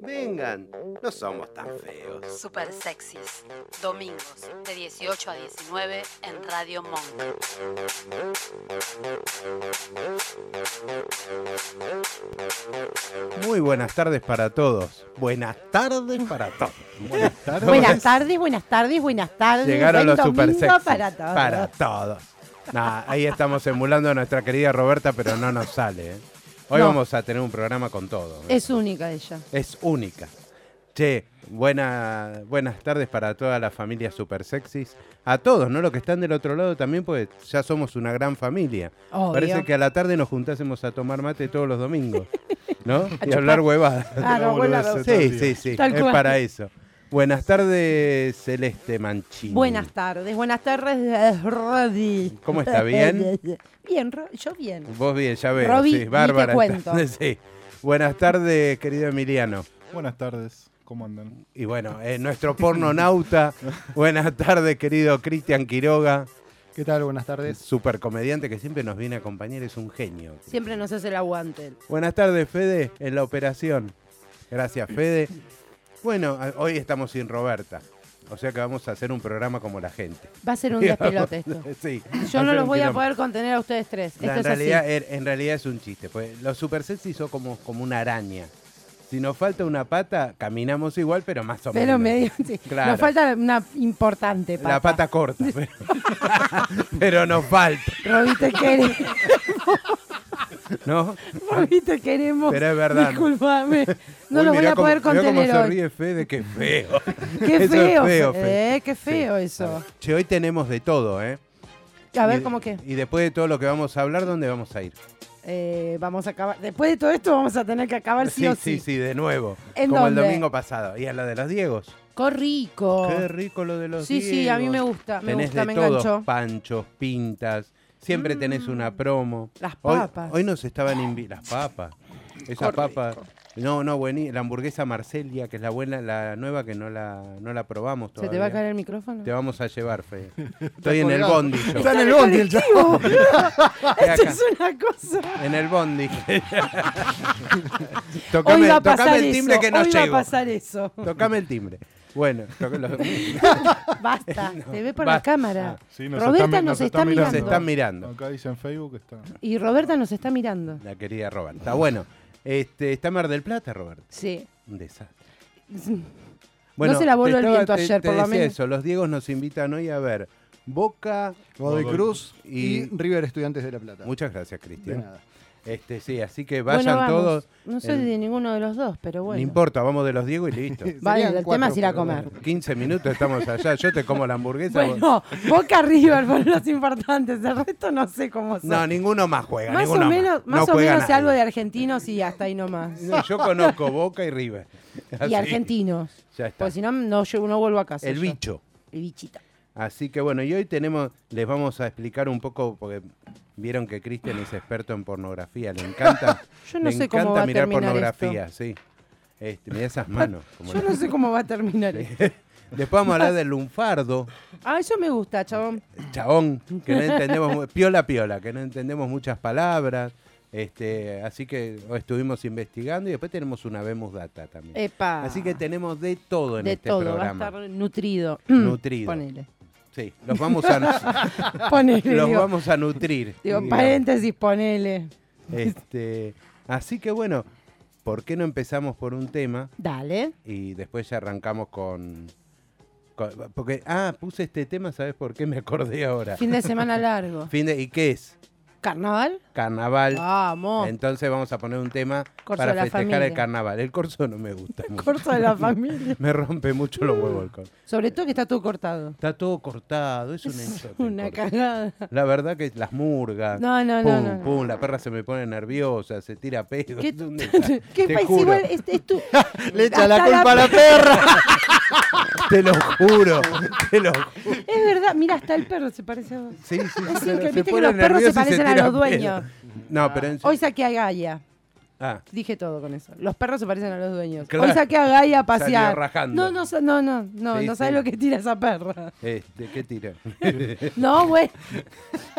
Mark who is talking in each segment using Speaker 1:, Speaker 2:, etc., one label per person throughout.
Speaker 1: Vengan, no somos tan feos.
Speaker 2: Super sexys. Domingos de 18 a 19 en Radio Monk.
Speaker 1: Muy buenas tardes para todos. Buenas tardes para todos. Buenas tardes.
Speaker 3: Buenas tardes, buenas tardes, buenas tardes.
Speaker 1: Llegaron
Speaker 3: Buen
Speaker 1: los super
Speaker 3: domingo
Speaker 1: sexys.
Speaker 3: Para todos.
Speaker 1: Para todos. Nah, ahí estamos emulando a nuestra querida Roberta, pero no nos sale. ¿eh? Hoy
Speaker 3: No.
Speaker 1: vamos a tener un programa con todo. ¿eh?
Speaker 3: Es única ella.
Speaker 1: Es única. Che, buena- buenas tardes para toda la familia super sexys. A todos, ¿no? Los que están del otro lado también, pues ya somos una gran familia.
Speaker 3: Obvio.
Speaker 1: Parece que a la tarde nos juntásemos a tomar mate todos los domingos, ¿no? y
Speaker 3: chupar.
Speaker 1: hablar huevadas.
Speaker 3: Ah, no, vuelve a la-
Speaker 1: sí, sí, sí.
Speaker 3: Tal
Speaker 1: es
Speaker 3: cual.
Speaker 1: para eso. Buenas tardes, Celeste Manchini.
Speaker 3: Buenas tardes, buenas tardes, eh, Rodi.
Speaker 1: ¿Cómo está? ¿Bien?
Speaker 3: Bien, Ro- yo bien.
Speaker 1: Vos bien, ya veo.
Speaker 3: Roby,
Speaker 1: sí,
Speaker 3: ni te
Speaker 1: Bárbara.
Speaker 3: cuento.
Speaker 1: sí. Buenas tardes, querido Emiliano.
Speaker 4: Buenas tardes, ¿cómo andan?
Speaker 1: Y bueno, eh, nuestro porno nauta. Buenas tardes, querido Cristian Quiroga.
Speaker 4: ¿Qué tal? Buenas
Speaker 5: Pues
Speaker 1: El
Speaker 4: tardes.
Speaker 1: supercomediante que siempre nos viene a acompañar, es un genio.
Speaker 3: Siempre nos hace el aguante.
Speaker 1: Buenas tardes, Fede, en la operación. Gracias, Fede. Bueno, a- hoy estamos sin Roberta. O sea que vamos a hacer un programa como la gente.
Speaker 3: Va a ser un despelote esto.
Speaker 1: Sí,
Speaker 3: Yo no
Speaker 1: hacer
Speaker 3: los
Speaker 1: un
Speaker 3: voy a
Speaker 1: quilombo.
Speaker 3: poder contener a ustedes tres.
Speaker 1: La-
Speaker 3: Esto
Speaker 1: en,
Speaker 3: es así.
Speaker 1: realidad, er- en realidad es un chiste. Pues los super sexy son como, como una araña. Si nos falta una pata, caminamos igual, pero más o
Speaker 3: Pero
Speaker 1: menos.
Speaker 3: medio. sí.
Speaker 1: Claro.
Speaker 3: Nos falta una importante pata.
Speaker 1: La pata corta. Pero, pero nos falta,
Speaker 3: Roby, te queremos.
Speaker 1: ¿no?
Speaker 3: Roby, te queremos.
Speaker 1: Pero es verdad, ¿no?
Speaker 3: Disculpame. No
Speaker 1: Uy,
Speaker 3: los voy
Speaker 1: mirá
Speaker 3: a poder
Speaker 1: cómo- mirá cómo
Speaker 3: contener
Speaker 1: se
Speaker 3: hoy.
Speaker 1: ríe Fede, qué feo. Eso
Speaker 3: Qué
Speaker 1: es
Speaker 3: feo.
Speaker 1: feo,
Speaker 3: Fede, eh,
Speaker 1: Fede.
Speaker 3: Qué feo
Speaker 1: Sí.
Speaker 3: eso.
Speaker 1: Che, hoy tenemos de todo, ¿eh?
Speaker 3: A ver,
Speaker 1: Y-
Speaker 3: ¿cómo qué?
Speaker 1: Y después de todo lo que vamos a hablar, ¿dónde vamos a ir?
Speaker 3: Eh, vamos a acabar. Después de todo esto, vamos a tener que acabar sí, o sí.
Speaker 1: sí, de nuevo.
Speaker 3: ¿En
Speaker 1: como el
Speaker 3: dónde?
Speaker 1: domingo pasado. Y a lo de los Diegos.
Speaker 3: ¡Qué rico!
Speaker 1: Qué rico lo de los
Speaker 3: Sí,
Speaker 1: Diegos.
Speaker 3: sí, a mí me gusta, me
Speaker 1: Tenés
Speaker 3: gusta,
Speaker 1: de
Speaker 3: me
Speaker 1: todo,
Speaker 3: enganchó. Mm.
Speaker 1: panchos, pintas. Siempre tenés una promo.
Speaker 3: Las
Speaker 1: Hoy-
Speaker 3: papas.
Speaker 1: Hoy, nos estaban invitando. Las papas. Esa papa. No, no, buenísima. La hamburguesa Marcelia, que es la buena, la nueva que no la, no la probamos
Speaker 3: ¿Se
Speaker 1: todavía.
Speaker 3: te va a caer el micrófono?
Speaker 1: Te vamos a llevar, Fede. Estoy en el
Speaker 4: colgado.
Speaker 1: bondi. yo.
Speaker 4: Está en el bondi el
Speaker 3: colectivo, boludo. Esto
Speaker 1: acá.
Speaker 3: es una cosa.
Speaker 1: En el bondi. tocame
Speaker 3: hoy va a
Speaker 1: tocame
Speaker 3: pasar
Speaker 1: el timbre
Speaker 3: eso.
Speaker 1: que no
Speaker 3: hoy
Speaker 1: llego.
Speaker 3: va a pasar eso.
Speaker 1: Tocame el timbre. Bueno, toca- los-
Speaker 3: Basta. se ve por la
Speaker 1: basta.
Speaker 3: cámara.
Speaker 1: Ah,
Speaker 4: sí, nos
Speaker 3: Roberta
Speaker 4: está mi-
Speaker 3: nos, está, mirando.
Speaker 1: nos están mirando.
Speaker 4: Acá dice en Facebook que está.
Speaker 3: Y Roberta nos está mirando.
Speaker 1: La querida Roberta. Bueno, este, está Mar del Plata, Roberta.
Speaker 3: Sí.
Speaker 1: Un desastre.
Speaker 3: No se la voló
Speaker 1: te
Speaker 3: el viento
Speaker 1: te-
Speaker 3: ayer,
Speaker 1: te
Speaker 3: por lo
Speaker 1: decía
Speaker 3: menos.
Speaker 1: eso, los Diegos nos invitan hoy a ver Boca,
Speaker 4: Godoy Cruz y,
Speaker 1: y...
Speaker 4: River Estudiantes de La Plata.
Speaker 1: Muchas gracias,
Speaker 4: de
Speaker 1: Cristian.
Speaker 4: nada.
Speaker 1: Este, sí, así que vayan
Speaker 3: Bueno, vamos.
Speaker 1: todos.
Speaker 3: No soy
Speaker 1: El-
Speaker 3: de ninguno de los dos, pero bueno.
Speaker 1: No importa, vamos de los Diegos y listo.
Speaker 3: Vale,
Speaker 4: Serían
Speaker 3: el tema
Speaker 4: cuatro,
Speaker 3: es ir a
Speaker 4: pero
Speaker 3: comer.
Speaker 4: bueno.
Speaker 1: 15 minutos estamos allá. Yo te como la hamburguesa. vos-
Speaker 3: Bueno, Boca River fueron los importantes. El resto no sé cómo son.
Speaker 1: No, ninguno más juega.
Speaker 3: Más o
Speaker 1: ninguno
Speaker 3: menos,
Speaker 1: No
Speaker 3: más o
Speaker 1: juega
Speaker 3: menos sé
Speaker 1: nadie.
Speaker 3: algo de argentinos y hasta ahí nomás.
Speaker 1: No, yo conozco Boca y River. Así,
Speaker 3: Y argentinos.
Speaker 1: Ya está.
Speaker 3: Porque si no, no, llego- no vuelvo a casa.
Speaker 1: Ah, El
Speaker 3: yo.
Speaker 1: bicho.
Speaker 3: El bichito.
Speaker 1: Así que bueno, y hoy tenemos, les vamos a explicar un poco, porque vieron que Cristian es experto en pornografía, le encanta.
Speaker 3: Yo no
Speaker 1: le
Speaker 3: sé
Speaker 1: encanta
Speaker 3: cómo va a
Speaker 1: mirar
Speaker 3: terminar
Speaker 1: pornografía, sí. Este, mirá esas manos. como
Speaker 3: Yo
Speaker 1: la-
Speaker 3: no sé cómo va a terminar esto.
Speaker 1: Después vamos a hablar del lunfardo,
Speaker 3: Ah, eso me gusta, chabón.
Speaker 1: chabón, que no entendemos, mu- piola piola, que no entendemos muchas palabras. Este, así que estuvimos investigando y después tenemos una Vemos Data también.
Speaker 3: Epa.
Speaker 1: Así que tenemos de todo en
Speaker 3: de
Speaker 1: este
Speaker 3: todo, va a
Speaker 1: programa.
Speaker 3: estar nutrido.
Speaker 1: Nutrido.
Speaker 3: Ponele.
Speaker 1: Sí, los vamos a,
Speaker 3: Ponele.
Speaker 1: los
Speaker 3: digo,
Speaker 1: vamos a nutrir.
Speaker 3: digo,
Speaker 1: digamos.
Speaker 3: paréntesis, ponele.
Speaker 1: Este, así que bueno, ¿por qué no empezamos por un tema
Speaker 3: Dale.
Speaker 1: y después ya arrancamos con, con- porque ah, puse este tema, ¿sabes por qué me acordé ahora?
Speaker 3: Fin de semana largo.
Speaker 1: Fin de- ¿y qué es?
Speaker 3: ¿Carnaval?
Speaker 1: Carnaval.
Speaker 3: Vamos.
Speaker 1: Entonces vamos a poner un tema
Speaker 3: Corso
Speaker 1: para
Speaker 3: de la
Speaker 1: festejar el
Speaker 3: familia.
Speaker 1: carnaval. El corso no me gusta mucho.
Speaker 3: Corto de la familia.
Speaker 1: Me rompe mucho los huevos el corso.
Speaker 3: Sobre todo que está todo cortado.
Speaker 1: Está todo cortado, es un enchote el
Speaker 3: Una
Speaker 1: corso.
Speaker 3: cagada.
Speaker 1: La verdad que las murgas.
Speaker 3: No, no, no,
Speaker 1: pum,
Speaker 3: no, no.
Speaker 1: pum, la perra se me pone nerviosa, se tira pedo.
Speaker 3: ¿Qué,
Speaker 1: es un desastre.
Speaker 3: qué
Speaker 1: Te
Speaker 3: país?
Speaker 1: juro,
Speaker 3: Igual es, es tu.
Speaker 1: Le echa la
Speaker 3: Hasta
Speaker 1: culpa a la perra. te lo juro, te lo juro.
Speaker 3: Es verdad, mira, hasta el perro se parece a vos.
Speaker 1: Sí, sí, sí,
Speaker 3: Es
Speaker 1: se-
Speaker 3: increíble,
Speaker 1: se
Speaker 3: viste que
Speaker 1: pone
Speaker 3: los perros se
Speaker 1: nervioso y
Speaker 3: parecen a
Speaker 1: tira
Speaker 3: los
Speaker 1: pedo.
Speaker 3: dueños.
Speaker 1: No, pero en-
Speaker 3: Hoy saqué a Gaia.
Speaker 1: Ah,
Speaker 3: Dije todo con eso. Los perros se parecen a los dueños.
Speaker 1: Claro.
Speaker 3: Hoy saqué a Gaia a
Speaker 1: Salió
Speaker 3: pasear.
Speaker 1: rajando.
Speaker 3: No, no, sa- no, no, no,
Speaker 1: Sí,
Speaker 3: no
Speaker 1: sí.
Speaker 3: sabes lo que tira esa perra.
Speaker 1: este, ¿qué tira?
Speaker 3: No, güey.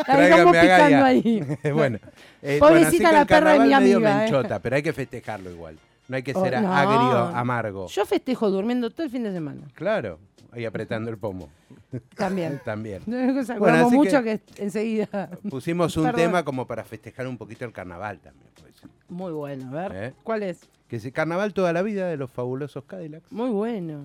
Speaker 3: La dejamos
Speaker 1: Tráigame a
Speaker 3: picando
Speaker 1: Gaia.
Speaker 3: ahí.
Speaker 1: bueno, eh,
Speaker 3: Pobrecita
Speaker 1: bueno, así que
Speaker 3: la
Speaker 1: el
Speaker 3: perra de mi
Speaker 1: carnaval medio
Speaker 3: amiga, eh.
Speaker 1: menchota, pero hay que festejarlo igual. No hay que
Speaker 3: Oh,
Speaker 1: ser
Speaker 3: no.
Speaker 1: agrio, amargo.
Speaker 3: Yo festejo durmiendo todo el fin de semana.
Speaker 1: Claro, y apretando el pomo
Speaker 3: También.
Speaker 1: también.
Speaker 3: Nos
Speaker 1: Bueno,
Speaker 3: acordamos
Speaker 1: así
Speaker 3: mucho que... enseguida.
Speaker 1: Pusimos un
Speaker 3: Perdón.
Speaker 1: tema como para festejar un poquito el carnaval también. pues.
Speaker 3: Muy bueno, a ver.
Speaker 1: ¿Eh?
Speaker 3: ¿Cuál es?
Speaker 1: Que es el carnaval toda la vida de los fabulosos Cadillacs.
Speaker 3: Muy bueno.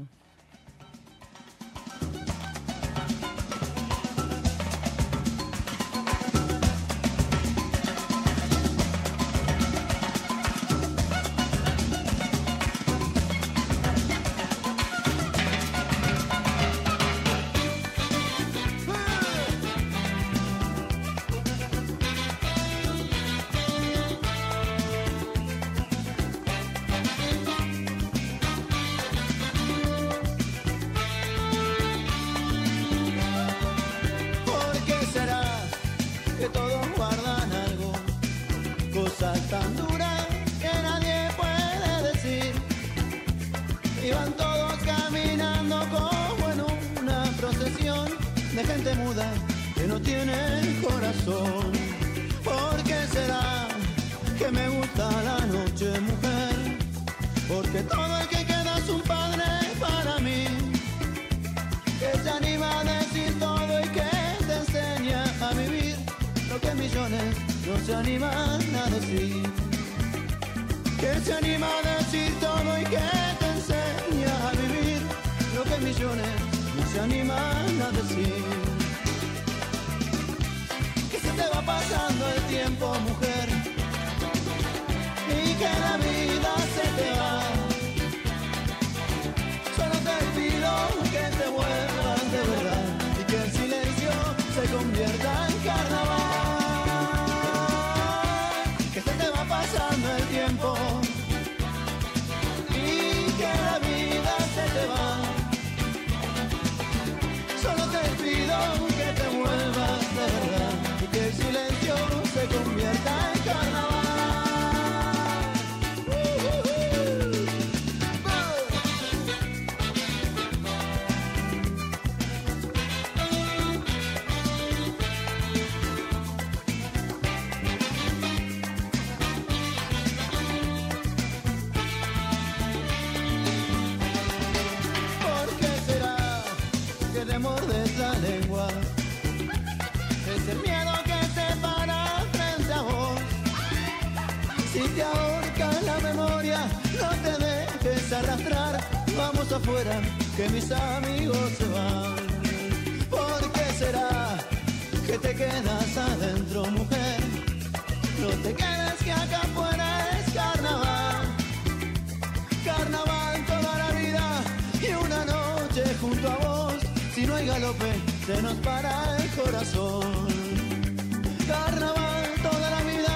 Speaker 6: ¿Por qué será que todos guardan algo? Cosas tan duras que nadie puede decir. Y van todos caminando como en una procesión de gente muda que no tiene corazón. ¿Por qué será que me gusta la noche, mujer? Porque todo el que queda es un padre para mí que se anima a decir todo y que te enseña a vivir lo que millones no se animan a decir. Que se anima a decir todo y que te enseña a vivir lo que millones no se animan a decir. Que se te va pasando el tiempo, mujer, y que la vida se te va. Solo te pido que te vuelvas de verdad y que el silencio se convierta en carnaval. Que se te va pasando el tiempo y que la vida se te va. Solo te pido que te vuelvas de verdad y que el silencio se convierta en carnaval. Uh, uh, uh. Go. ¿Por qué será que te mordes la lengua? Es el miedo que te para frente a vos. Si te ahorca la memoria, no te dejes arrastrar. Vamos afuera, que mis amigos se van. ¿Por qué será que te quedas adentro, mujer? No te quedes que acá afuera es carnaval carnaval toda la vida y una noche junto a vos. Si no hay galope, se nos para el corazón. Carnaval toda la vida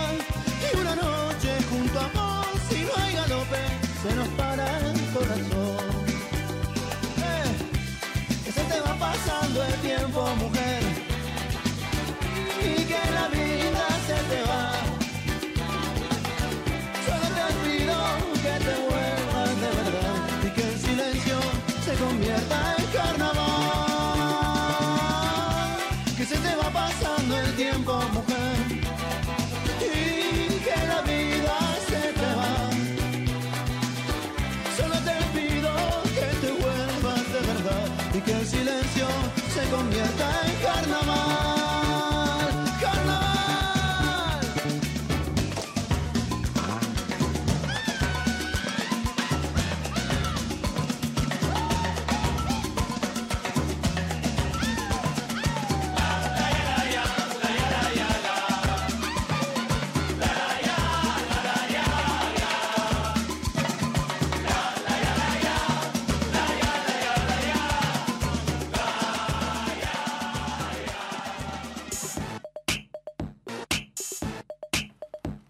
Speaker 6: y una noche junto a vos. Si no hay galope, se nos para el corazón. Eh, que se te va pasando el tiempo, mujer. Y que la vida se te va. Solo te pido que te vuelvas de verdad y que el silencio se convierta en carnaval. Que se te va pasando el tiempo, mujer, y que la vida se te va. Solo te pido que te vuelvas de verdad y que el silencio se convierta en carnaval. Carnaval.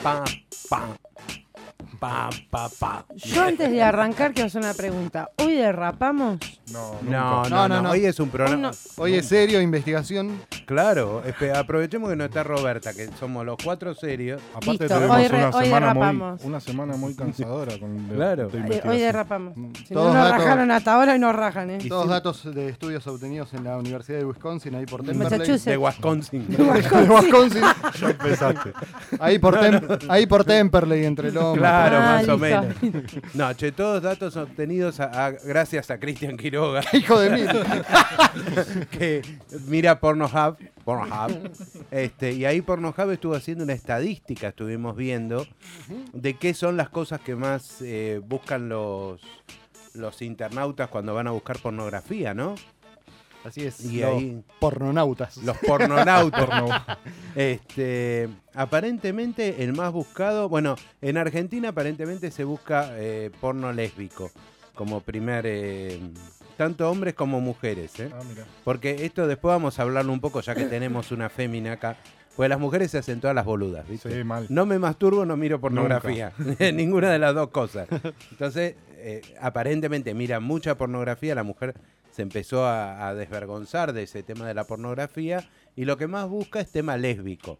Speaker 1: Pa, pa, pa, pa, pa.
Speaker 3: Yo antes de arrancar quiero hacer una pregunta. ¿Hoy derrapamos?
Speaker 4: No,
Speaker 1: No,
Speaker 4: nunca.
Speaker 1: no, no,
Speaker 4: no,
Speaker 1: Hoy es un programa.
Speaker 3: Uno-
Speaker 4: Hoy es serio, investigación.
Speaker 1: Claro, espe- aprovechemos que no está Roberta, que somos los cuatro serios.
Speaker 4: Aparte
Speaker 3: Listo,
Speaker 4: tuvimos
Speaker 3: hoy re-
Speaker 4: una,
Speaker 3: hoy
Speaker 4: semana muy,
Speaker 3: derrapamos.
Speaker 4: una semana muy cansadora con de-
Speaker 1: Claro.
Speaker 4: de
Speaker 1: Hoy-
Speaker 3: Eh,
Speaker 4: investigación.
Speaker 3: Hoy derrapamos. Si no
Speaker 4: Mm,
Speaker 3: nos
Speaker 4: Todos datos-
Speaker 3: rajaron hasta ahora y nos rajan, ¿eh?
Speaker 4: Todos datos de estudios obtenidos en la Universidad de Wisconsin, ahí por Temperley.
Speaker 3: Massachusetts.
Speaker 1: De Wisconsin.
Speaker 4: De Wisconsin. ya empezaste. Ahí por, Tem- ahí por Temperley, entre Lomas.
Speaker 1: Claro,
Speaker 3: Ah,
Speaker 1: más o menos.
Speaker 3: listo.
Speaker 1: No, che, todos datos obtenidos a- a- gracias a Cristian Quiroga,
Speaker 4: Hijo de mí.
Speaker 1: que mira Pornohub, Pornohub, este, y ahí Pornohub estuvo haciendo una estadística, estuvimos viendo, de qué son las cosas que más eh, buscan los, los internautas cuando van a buscar pornografía, ¿no?
Speaker 4: Así es.
Speaker 1: Y
Speaker 4: los
Speaker 1: ahí-
Speaker 4: Pornonautas.
Speaker 1: Los pornonautas.
Speaker 4: Porno-
Speaker 1: Este, aparentemente el más buscado, bueno, en Argentina aparentemente se busca eh, porno lésbico como primer, eh, tanto hombres como mujeres, ¿eh?
Speaker 4: Ah, mira.
Speaker 1: porque esto después vamos a hablarlo un poco ya que tenemos una fémina acá, pues las mujeres se hacen todas las boludas, ¿viste?
Speaker 4: Sí, mal.
Speaker 1: No me masturbo, no miro pornografía, ninguna de las dos cosas. Entonces, eh, aparentemente mira mucha pornografía, la mujer se empezó a, a desvergonzar de ese tema de la pornografía y lo que más busca es tema lésbico.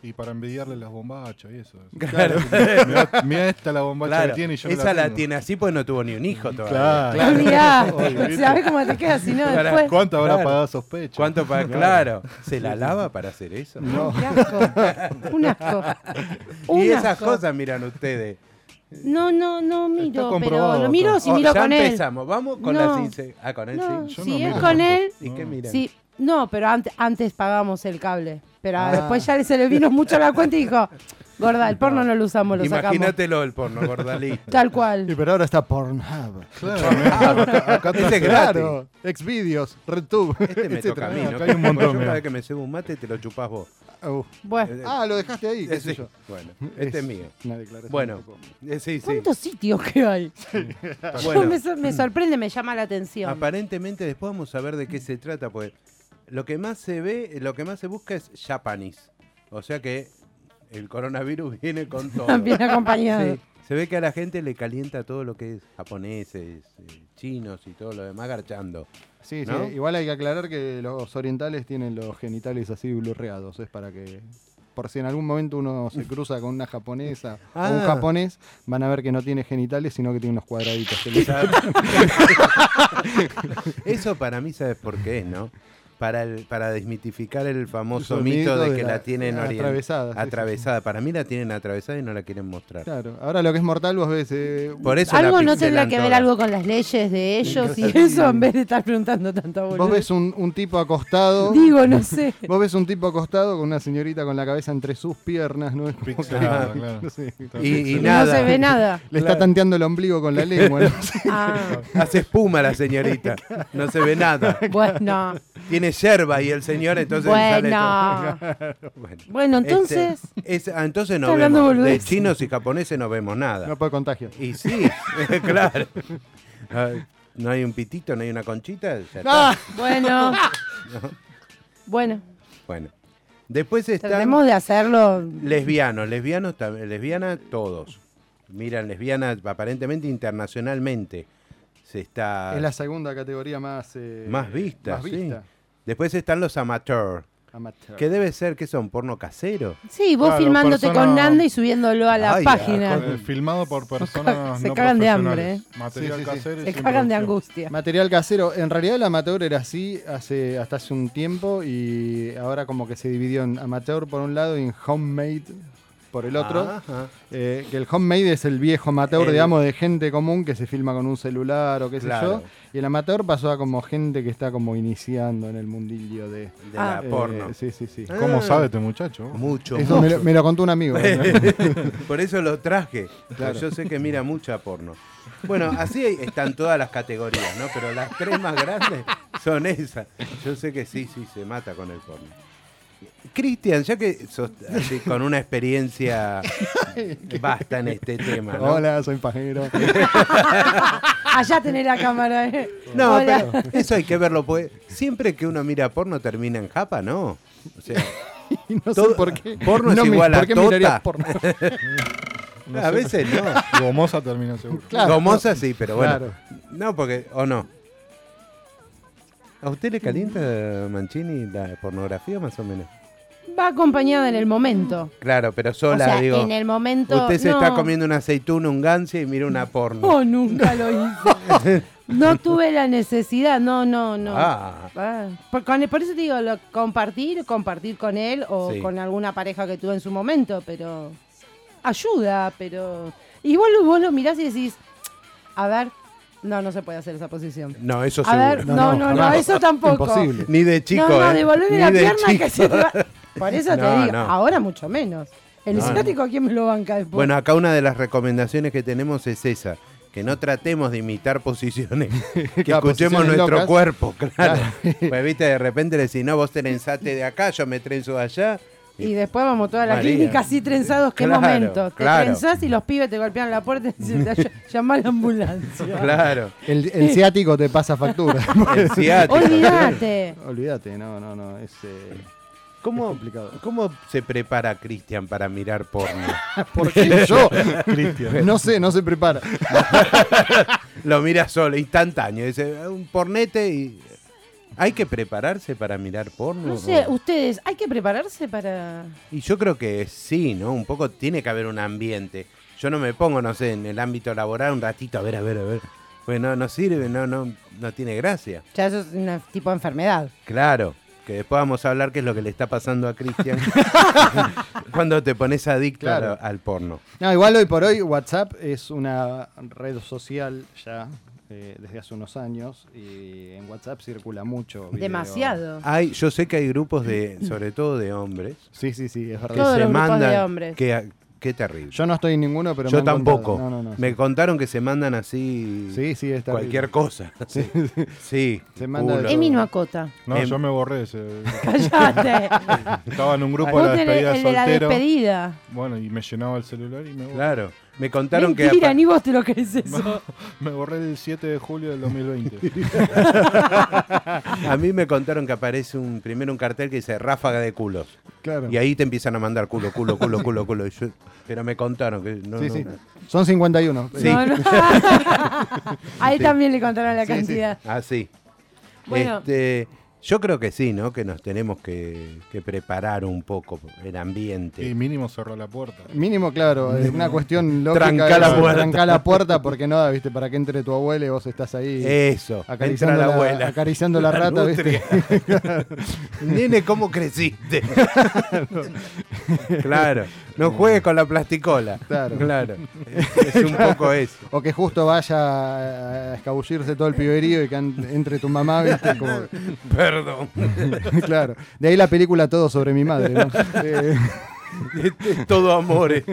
Speaker 4: Y para envidiarle las bombachas y eso.
Speaker 1: Claro.
Speaker 4: Mira, mira esta la bombacha
Speaker 1: Claro,
Speaker 4: que tiene y yo no
Speaker 1: esa la,
Speaker 4: tengo.
Speaker 1: tiene así pues no tuvo ni un hijo todavía.
Speaker 4: Claro.
Speaker 3: Te olvidaste.
Speaker 4: Obvio.
Speaker 3: ¿Sabés cómo te quedas si no
Speaker 1: Para-
Speaker 3: después?
Speaker 4: ¿Cuánto habrá
Speaker 1: Claro.
Speaker 4: pagado sospecha?
Speaker 1: ¿Cuánto para claro? ¿Se la lava para hacer eso?
Speaker 4: No.
Speaker 3: Qué asco. Un asco. Un
Speaker 1: Y esas
Speaker 3: asco.
Speaker 1: cosas miran ustedes.
Speaker 3: No, no, no miro, pero
Speaker 4: comprobado
Speaker 3: lo miro
Speaker 4: todo.
Speaker 3: si
Speaker 1: Oh,
Speaker 3: miro
Speaker 1: ya
Speaker 3: con él.
Speaker 1: empezamos. Vamos con
Speaker 3: No.
Speaker 1: la sincer- Ah, con él
Speaker 3: No,
Speaker 1: sí.
Speaker 4: ¿eh? Yo
Speaker 3: si
Speaker 4: no
Speaker 3: es
Speaker 4: miro
Speaker 3: con
Speaker 4: tampoco.
Speaker 3: él,
Speaker 1: ¿Y qué
Speaker 4: No.
Speaker 1: miran?
Speaker 3: sí. No, pero ante- antes pagamos el cable. Pero
Speaker 4: Ah.
Speaker 3: después ya se le vino mucho la cuenta y dijo, gorda, el porno no lo usamos, lo sacamos.
Speaker 1: Imagínatelo el porno, Gordalí.
Speaker 3: Tal cual.
Speaker 4: Y pero ahora está Pornhub. Claro. acá, acá
Speaker 1: Ese
Speaker 4: está-
Speaker 1: es
Speaker 4: claro. Xvideos, RedTube.
Speaker 1: Este me
Speaker 4: etcétera.
Speaker 1: toca a mí,
Speaker 4: Ah,
Speaker 1: ¿no?
Speaker 4: acá hay un montón.
Speaker 1: Yo cada
Speaker 4: mira.
Speaker 1: vez que me cebo un mate te lo chupás vos.
Speaker 4: Uh,
Speaker 3: Bueno,
Speaker 1: Eh,
Speaker 4: Ah, lo dejaste ahí, qué sé
Speaker 1: sí.
Speaker 4: yo.
Speaker 1: Bueno, este es
Speaker 4: Es
Speaker 1: mío.
Speaker 4: una declaración
Speaker 1: Bueno,
Speaker 4: un poco-
Speaker 1: eh, sí, sí.
Speaker 3: ¿cuántos sitios que hay? Yo
Speaker 1: Bueno,
Speaker 3: me, sor- me sorprende, me llama la atención.
Speaker 1: aparentemente después vamos a ver de qué se trata, pues lo que más se ve, lo que más se busca es Japanese. O sea que el coronavirus viene con todo.
Speaker 3: Bien acompañado.
Speaker 1: Sí, se ve que a la gente le calienta todo lo que es japoneses, eh, chinos y todo lo demás garchando.
Speaker 4: Sí, sí,
Speaker 1: ¿No?
Speaker 4: igual hay que aclarar que los orientales tienen los genitales así blurreados, es para que por si en algún momento uno se cruza con una japonesa o un
Speaker 1: Ah.
Speaker 4: japonés, van a ver que no tiene genitales, sino que tiene unos cuadraditos. que le salen.
Speaker 1: Eso para mí, ¿sabes por qué es, no? Para, el- para desmitificar el famoso
Speaker 4: El
Speaker 1: mito de que la,
Speaker 4: la-
Speaker 1: tienen orient-
Speaker 4: atravesada. sí, sí, sí.
Speaker 1: atravesada. Para mí la tienen atravesada y no la quieren mostrar.
Speaker 4: Claro, ahora lo que es mortal vos ves... eh,
Speaker 1: Por eso la
Speaker 3: Algo no
Speaker 1: pixelan
Speaker 3: tendrá que ver
Speaker 1: toda.
Speaker 3: algo con las leyes de ellos y
Speaker 4: Sí.
Speaker 3: eso en vez de estar preguntando tanta
Speaker 4: vos
Speaker 3: boludez.
Speaker 4: ves un, un tipo acostado...
Speaker 3: Digo, no sé.
Speaker 4: Vos ves un tipo acostado con una señorita con la cabeza entre sus piernas, ¿no? Es como que-
Speaker 5: Pixelado, claro.
Speaker 4: no sé,
Speaker 1: Y, y
Speaker 3: Y
Speaker 1: nada.
Speaker 3: No se ve nada.
Speaker 4: Le está tanteando el ombligo con la lengua. ¿no?
Speaker 3: Ah,
Speaker 1: Hace espuma la señorita. No se ve nada.
Speaker 3: bueno,
Speaker 1: Tiene yerba y el señor entonces sale todo.
Speaker 3: bueno.
Speaker 1: Bueno.
Speaker 3: Bueno, entonces,
Speaker 1: Este, es- ah, entonces no
Speaker 3: Está hablando
Speaker 1: vemos. De
Speaker 3: boludez.
Speaker 1: chinos y japoneses no vemos nada.
Speaker 4: No puede contagio.
Speaker 1: Y sí, claro. Ay, No hay un pitito, no hay una conchita. ya está.
Speaker 4: ¡Ah!
Speaker 3: bueno. Bueno,
Speaker 1: Bueno. Después están
Speaker 3: tratemos de hacerlo.
Speaker 1: lesbianos, lesbianos, tam- lesbianas todos. Miran, lesbianas aparentemente internacionalmente. Se está
Speaker 4: Es la segunda categoría más... eh,
Speaker 1: más vista.
Speaker 4: Más
Speaker 1: sí.
Speaker 4: vista.
Speaker 1: Después están los amateurs.
Speaker 4: Amateur.
Speaker 1: Que debe ser que son porno casero.
Speaker 3: Sí, vos
Speaker 5: Claro,
Speaker 3: filmándote con
Speaker 5: persona-
Speaker 3: Nando y subiéndolo a la
Speaker 1: Ay,
Speaker 3: página.
Speaker 1: ah,
Speaker 5: Eh, filmado por personas
Speaker 3: Se
Speaker 5: no
Speaker 3: cagan de hambre, ¿eh?
Speaker 5: profesionales. Material
Speaker 4: Sí, sí, sí.
Speaker 5: casero y
Speaker 3: Se
Speaker 5: sin
Speaker 3: cagan de
Speaker 5: producción.
Speaker 3: angustia.
Speaker 4: Material casero. En realidad el amateur era así hace, hasta hace un tiempo y ahora como que se dividió en amateur por un lado y en homemade por el otro.
Speaker 1: Ajá.
Speaker 4: Eh, que el homemade es el viejo amateur,
Speaker 1: Ah. El-
Speaker 4: digamos, de gente común que se filma con un celular o qué
Speaker 1: Claro.
Speaker 4: sé yo. Y el amateur pasó a como gente que está como iniciando en el mundillo de...
Speaker 1: De
Speaker 3: Ah.
Speaker 1: la
Speaker 4: eh,
Speaker 1: porno.
Speaker 4: Sí, sí, sí.
Speaker 5: ¿Cómo
Speaker 1: Ah.
Speaker 3: Eh.
Speaker 5: sabe este muchacho?
Speaker 1: Mucho.
Speaker 4: Eso me lo, me lo contó un amigo. ¿no?
Speaker 1: Por eso lo traje. Pues
Speaker 4: Claro.
Speaker 1: Yo sé que mira mucha porno. Bueno, así están todas las categorías, ¿no? Pero las tres más grandes son esas. Yo sé que sí, sí, se mata con el porno. Cristian, ya que sos así con una experiencia basta en este tema, ¿no?
Speaker 4: Hola, soy pajero.
Speaker 3: Allá tenés la cámara. eh.
Speaker 1: No,
Speaker 3: Hola.
Speaker 1: pero eso hay que verlo, pues siempre que uno mira porno termina en japa, ¿no? O sea,
Speaker 4: Y no
Speaker 1: Todo-
Speaker 4: sé por qué.
Speaker 1: porno es
Speaker 4: no
Speaker 1: igual a
Speaker 4: ¿por qué
Speaker 1: tota.
Speaker 4: mirarías porno?
Speaker 5: No
Speaker 1: a
Speaker 5: sé.
Speaker 1: veces no.
Speaker 5: Gomosa termina seguro.
Speaker 4: Claro.
Speaker 1: Gomosa sí, pero bueno.
Speaker 4: Claro.
Speaker 1: No, porque, o no. ¿A usted le calienta, Mancini, la pornografía más o menos?
Speaker 3: Va acompañada en el momento.
Speaker 1: Claro, pero sola,
Speaker 3: o sea,
Speaker 1: digo.
Speaker 3: en el momento.
Speaker 1: Usted se
Speaker 3: no.
Speaker 1: está comiendo una aceituna, un ganso y mira una porno.
Speaker 3: Oh, nunca lo hice. No tuve la necesidad, no, no, no.
Speaker 1: Ah,
Speaker 3: Ah, por, con- por eso te digo, lo, compartir, compartir con él o
Speaker 1: Sí.
Speaker 3: con alguna pareja que tuve en su momento, pero ayuda, pero... Y vos lo, vos lo mirás y decís, a ver, no, no se puede hacer esa posición.
Speaker 1: no, eso
Speaker 3: A
Speaker 1: seguro.
Speaker 3: ver, no, no, no,
Speaker 4: jamás.
Speaker 3: eso tampoco.
Speaker 4: Imposible.
Speaker 1: Ni de chico,
Speaker 3: no, no,
Speaker 1: ¿eh?
Speaker 3: devolveme
Speaker 1: Ni
Speaker 3: la
Speaker 1: de
Speaker 3: pierna que
Speaker 1: chico.
Speaker 3: se te va... Por eso te
Speaker 1: No,
Speaker 3: digo,
Speaker 1: no.
Speaker 3: ahora mucho menos. El
Speaker 1: No, no.
Speaker 3: psicótico, ¿quién me lo banca después?
Speaker 1: Bueno, acá una de las recomendaciones que tenemos es esa, que no tratemos de imitar posiciones, que
Speaker 4: Claro,
Speaker 1: escuchemos
Speaker 4: posiciones
Speaker 1: nuestro
Speaker 4: locas.
Speaker 1: cuerpo, claro. pues viste, de repente le decís, no, vos trenzate de acá, yo me trenzo de allá.
Speaker 3: Y después vamos toda la
Speaker 1: María.
Speaker 3: clínica así trenzados, qué
Speaker 1: Claro,
Speaker 3: momento. Te
Speaker 1: claro.
Speaker 3: trenzás y los pibes te golpean la puerta y te llamá a la ambulancia.
Speaker 1: Claro,
Speaker 4: El, el ciático te pasa factura.
Speaker 1: el ciático.
Speaker 3: Olvídate.
Speaker 4: Olvídate, no, no, no. Es, eh,
Speaker 1: ¿Cómo,
Speaker 4: complicado.
Speaker 1: ¿Cómo se prepara Cristian para mirar porno?
Speaker 4: ¿Por qué yo? Cristian. No sé, no se prepara.
Speaker 1: Lo mira solo, instantáneo, dice, "Ah, un pornete y... ¿Hay que prepararse para mirar porno?
Speaker 3: No sé, ustedes, ¿hay que prepararse para...?
Speaker 1: Y yo creo que sí, ¿no? Un poco tiene que haber un ambiente. Yo no me pongo, no sé, en el ámbito laboral un ratito, a ver, a ver, a ver. Pues no, no sirve, no, no, no tiene gracia.
Speaker 3: Ya eso es un tipo de enfermedad.
Speaker 1: Claro, que después vamos a hablar qué es lo que le está pasando a Cristian cuando te pones adicto
Speaker 4: Claro.
Speaker 1: al, al porno.
Speaker 4: No, igual hoy por hoy WhatsApp es una red social ya eh, desde hace unos años y en WhatsApp circula mucho. video.
Speaker 3: Demasiado.
Speaker 1: Hay, yo sé que hay grupos de, sobre todo de hombres,
Speaker 4: Sí, sí, sí, es verdad.
Speaker 1: que
Speaker 3: Todos
Speaker 1: se
Speaker 3: los grupos de
Speaker 1: mandan.
Speaker 3: hombres.
Speaker 1: Que, qué terrible. Yo,
Speaker 4: Yo no estoy en ninguno, pero me han
Speaker 1: tampoco.
Speaker 4: contado. No, no, no.
Speaker 1: Me contaron que se mandan así
Speaker 4: Sí, sí, está
Speaker 1: cualquier cosa. Sí,
Speaker 4: Se manda
Speaker 1: culo.
Speaker 4: Claro.
Speaker 3: Emi no acota.
Speaker 5: No,
Speaker 1: Em-
Speaker 5: yo me borré ese.
Speaker 3: Cállate.
Speaker 5: Estaba en un grupo de la
Speaker 3: Vos tenés
Speaker 5: despedida
Speaker 3: el de la
Speaker 5: soltero.
Speaker 3: despedida.
Speaker 5: Bueno, y me llenaba el celular y me borré.
Speaker 1: Claro. Me contaron que.
Speaker 3: Mentira,
Speaker 1: apa-
Speaker 3: ni vos te lo crees eso.
Speaker 5: Me borré el 7 de julio del 2020.
Speaker 1: A mí me contaron que aparece un primero un cartel que dice ráfaga de culos.
Speaker 4: Claro.
Speaker 1: Y ahí te empiezan a mandar culo, culo, culo, culo, culo. Y yo- pero me contaron que no.
Speaker 4: Sí,
Speaker 1: no-
Speaker 4: sí. Son 51.
Speaker 1: Sí.
Speaker 3: No, no. A él también le contaron la
Speaker 4: Sí, sí.
Speaker 3: cantidad.
Speaker 1: Ah, sí.
Speaker 3: Bueno.
Speaker 1: Este, yo creo que sí, ¿no? Que nos tenemos que, que preparar un poco el ambiente.
Speaker 5: Y mínimo cerró la puerta.
Speaker 4: Mínimo, claro, es una cuestión lógica.
Speaker 1: Trancá
Speaker 4: es
Speaker 1: la puerta.
Speaker 4: Trancá la puerta porque nada, viste, para que entre tu abuela y vos estás ahí
Speaker 1: Eso. Eh, Entra
Speaker 4: acariciando,
Speaker 1: la abuela.
Speaker 4: acariciando la, rata,
Speaker 1: nutria.
Speaker 4: viste.
Speaker 1: Nene, ¿cómo creciste? claro. No juegues con la plasticola.
Speaker 4: Claro.
Speaker 1: Claro. Es un poco eso.
Speaker 4: O que justo vaya a escabullirse todo el piberío y que an- entre tu mamá, viste, como...
Speaker 1: Perdón.
Speaker 4: claro. De ahí la película Todo sobre mi madre, ¿no? Eh,
Speaker 1: Este es todo amores.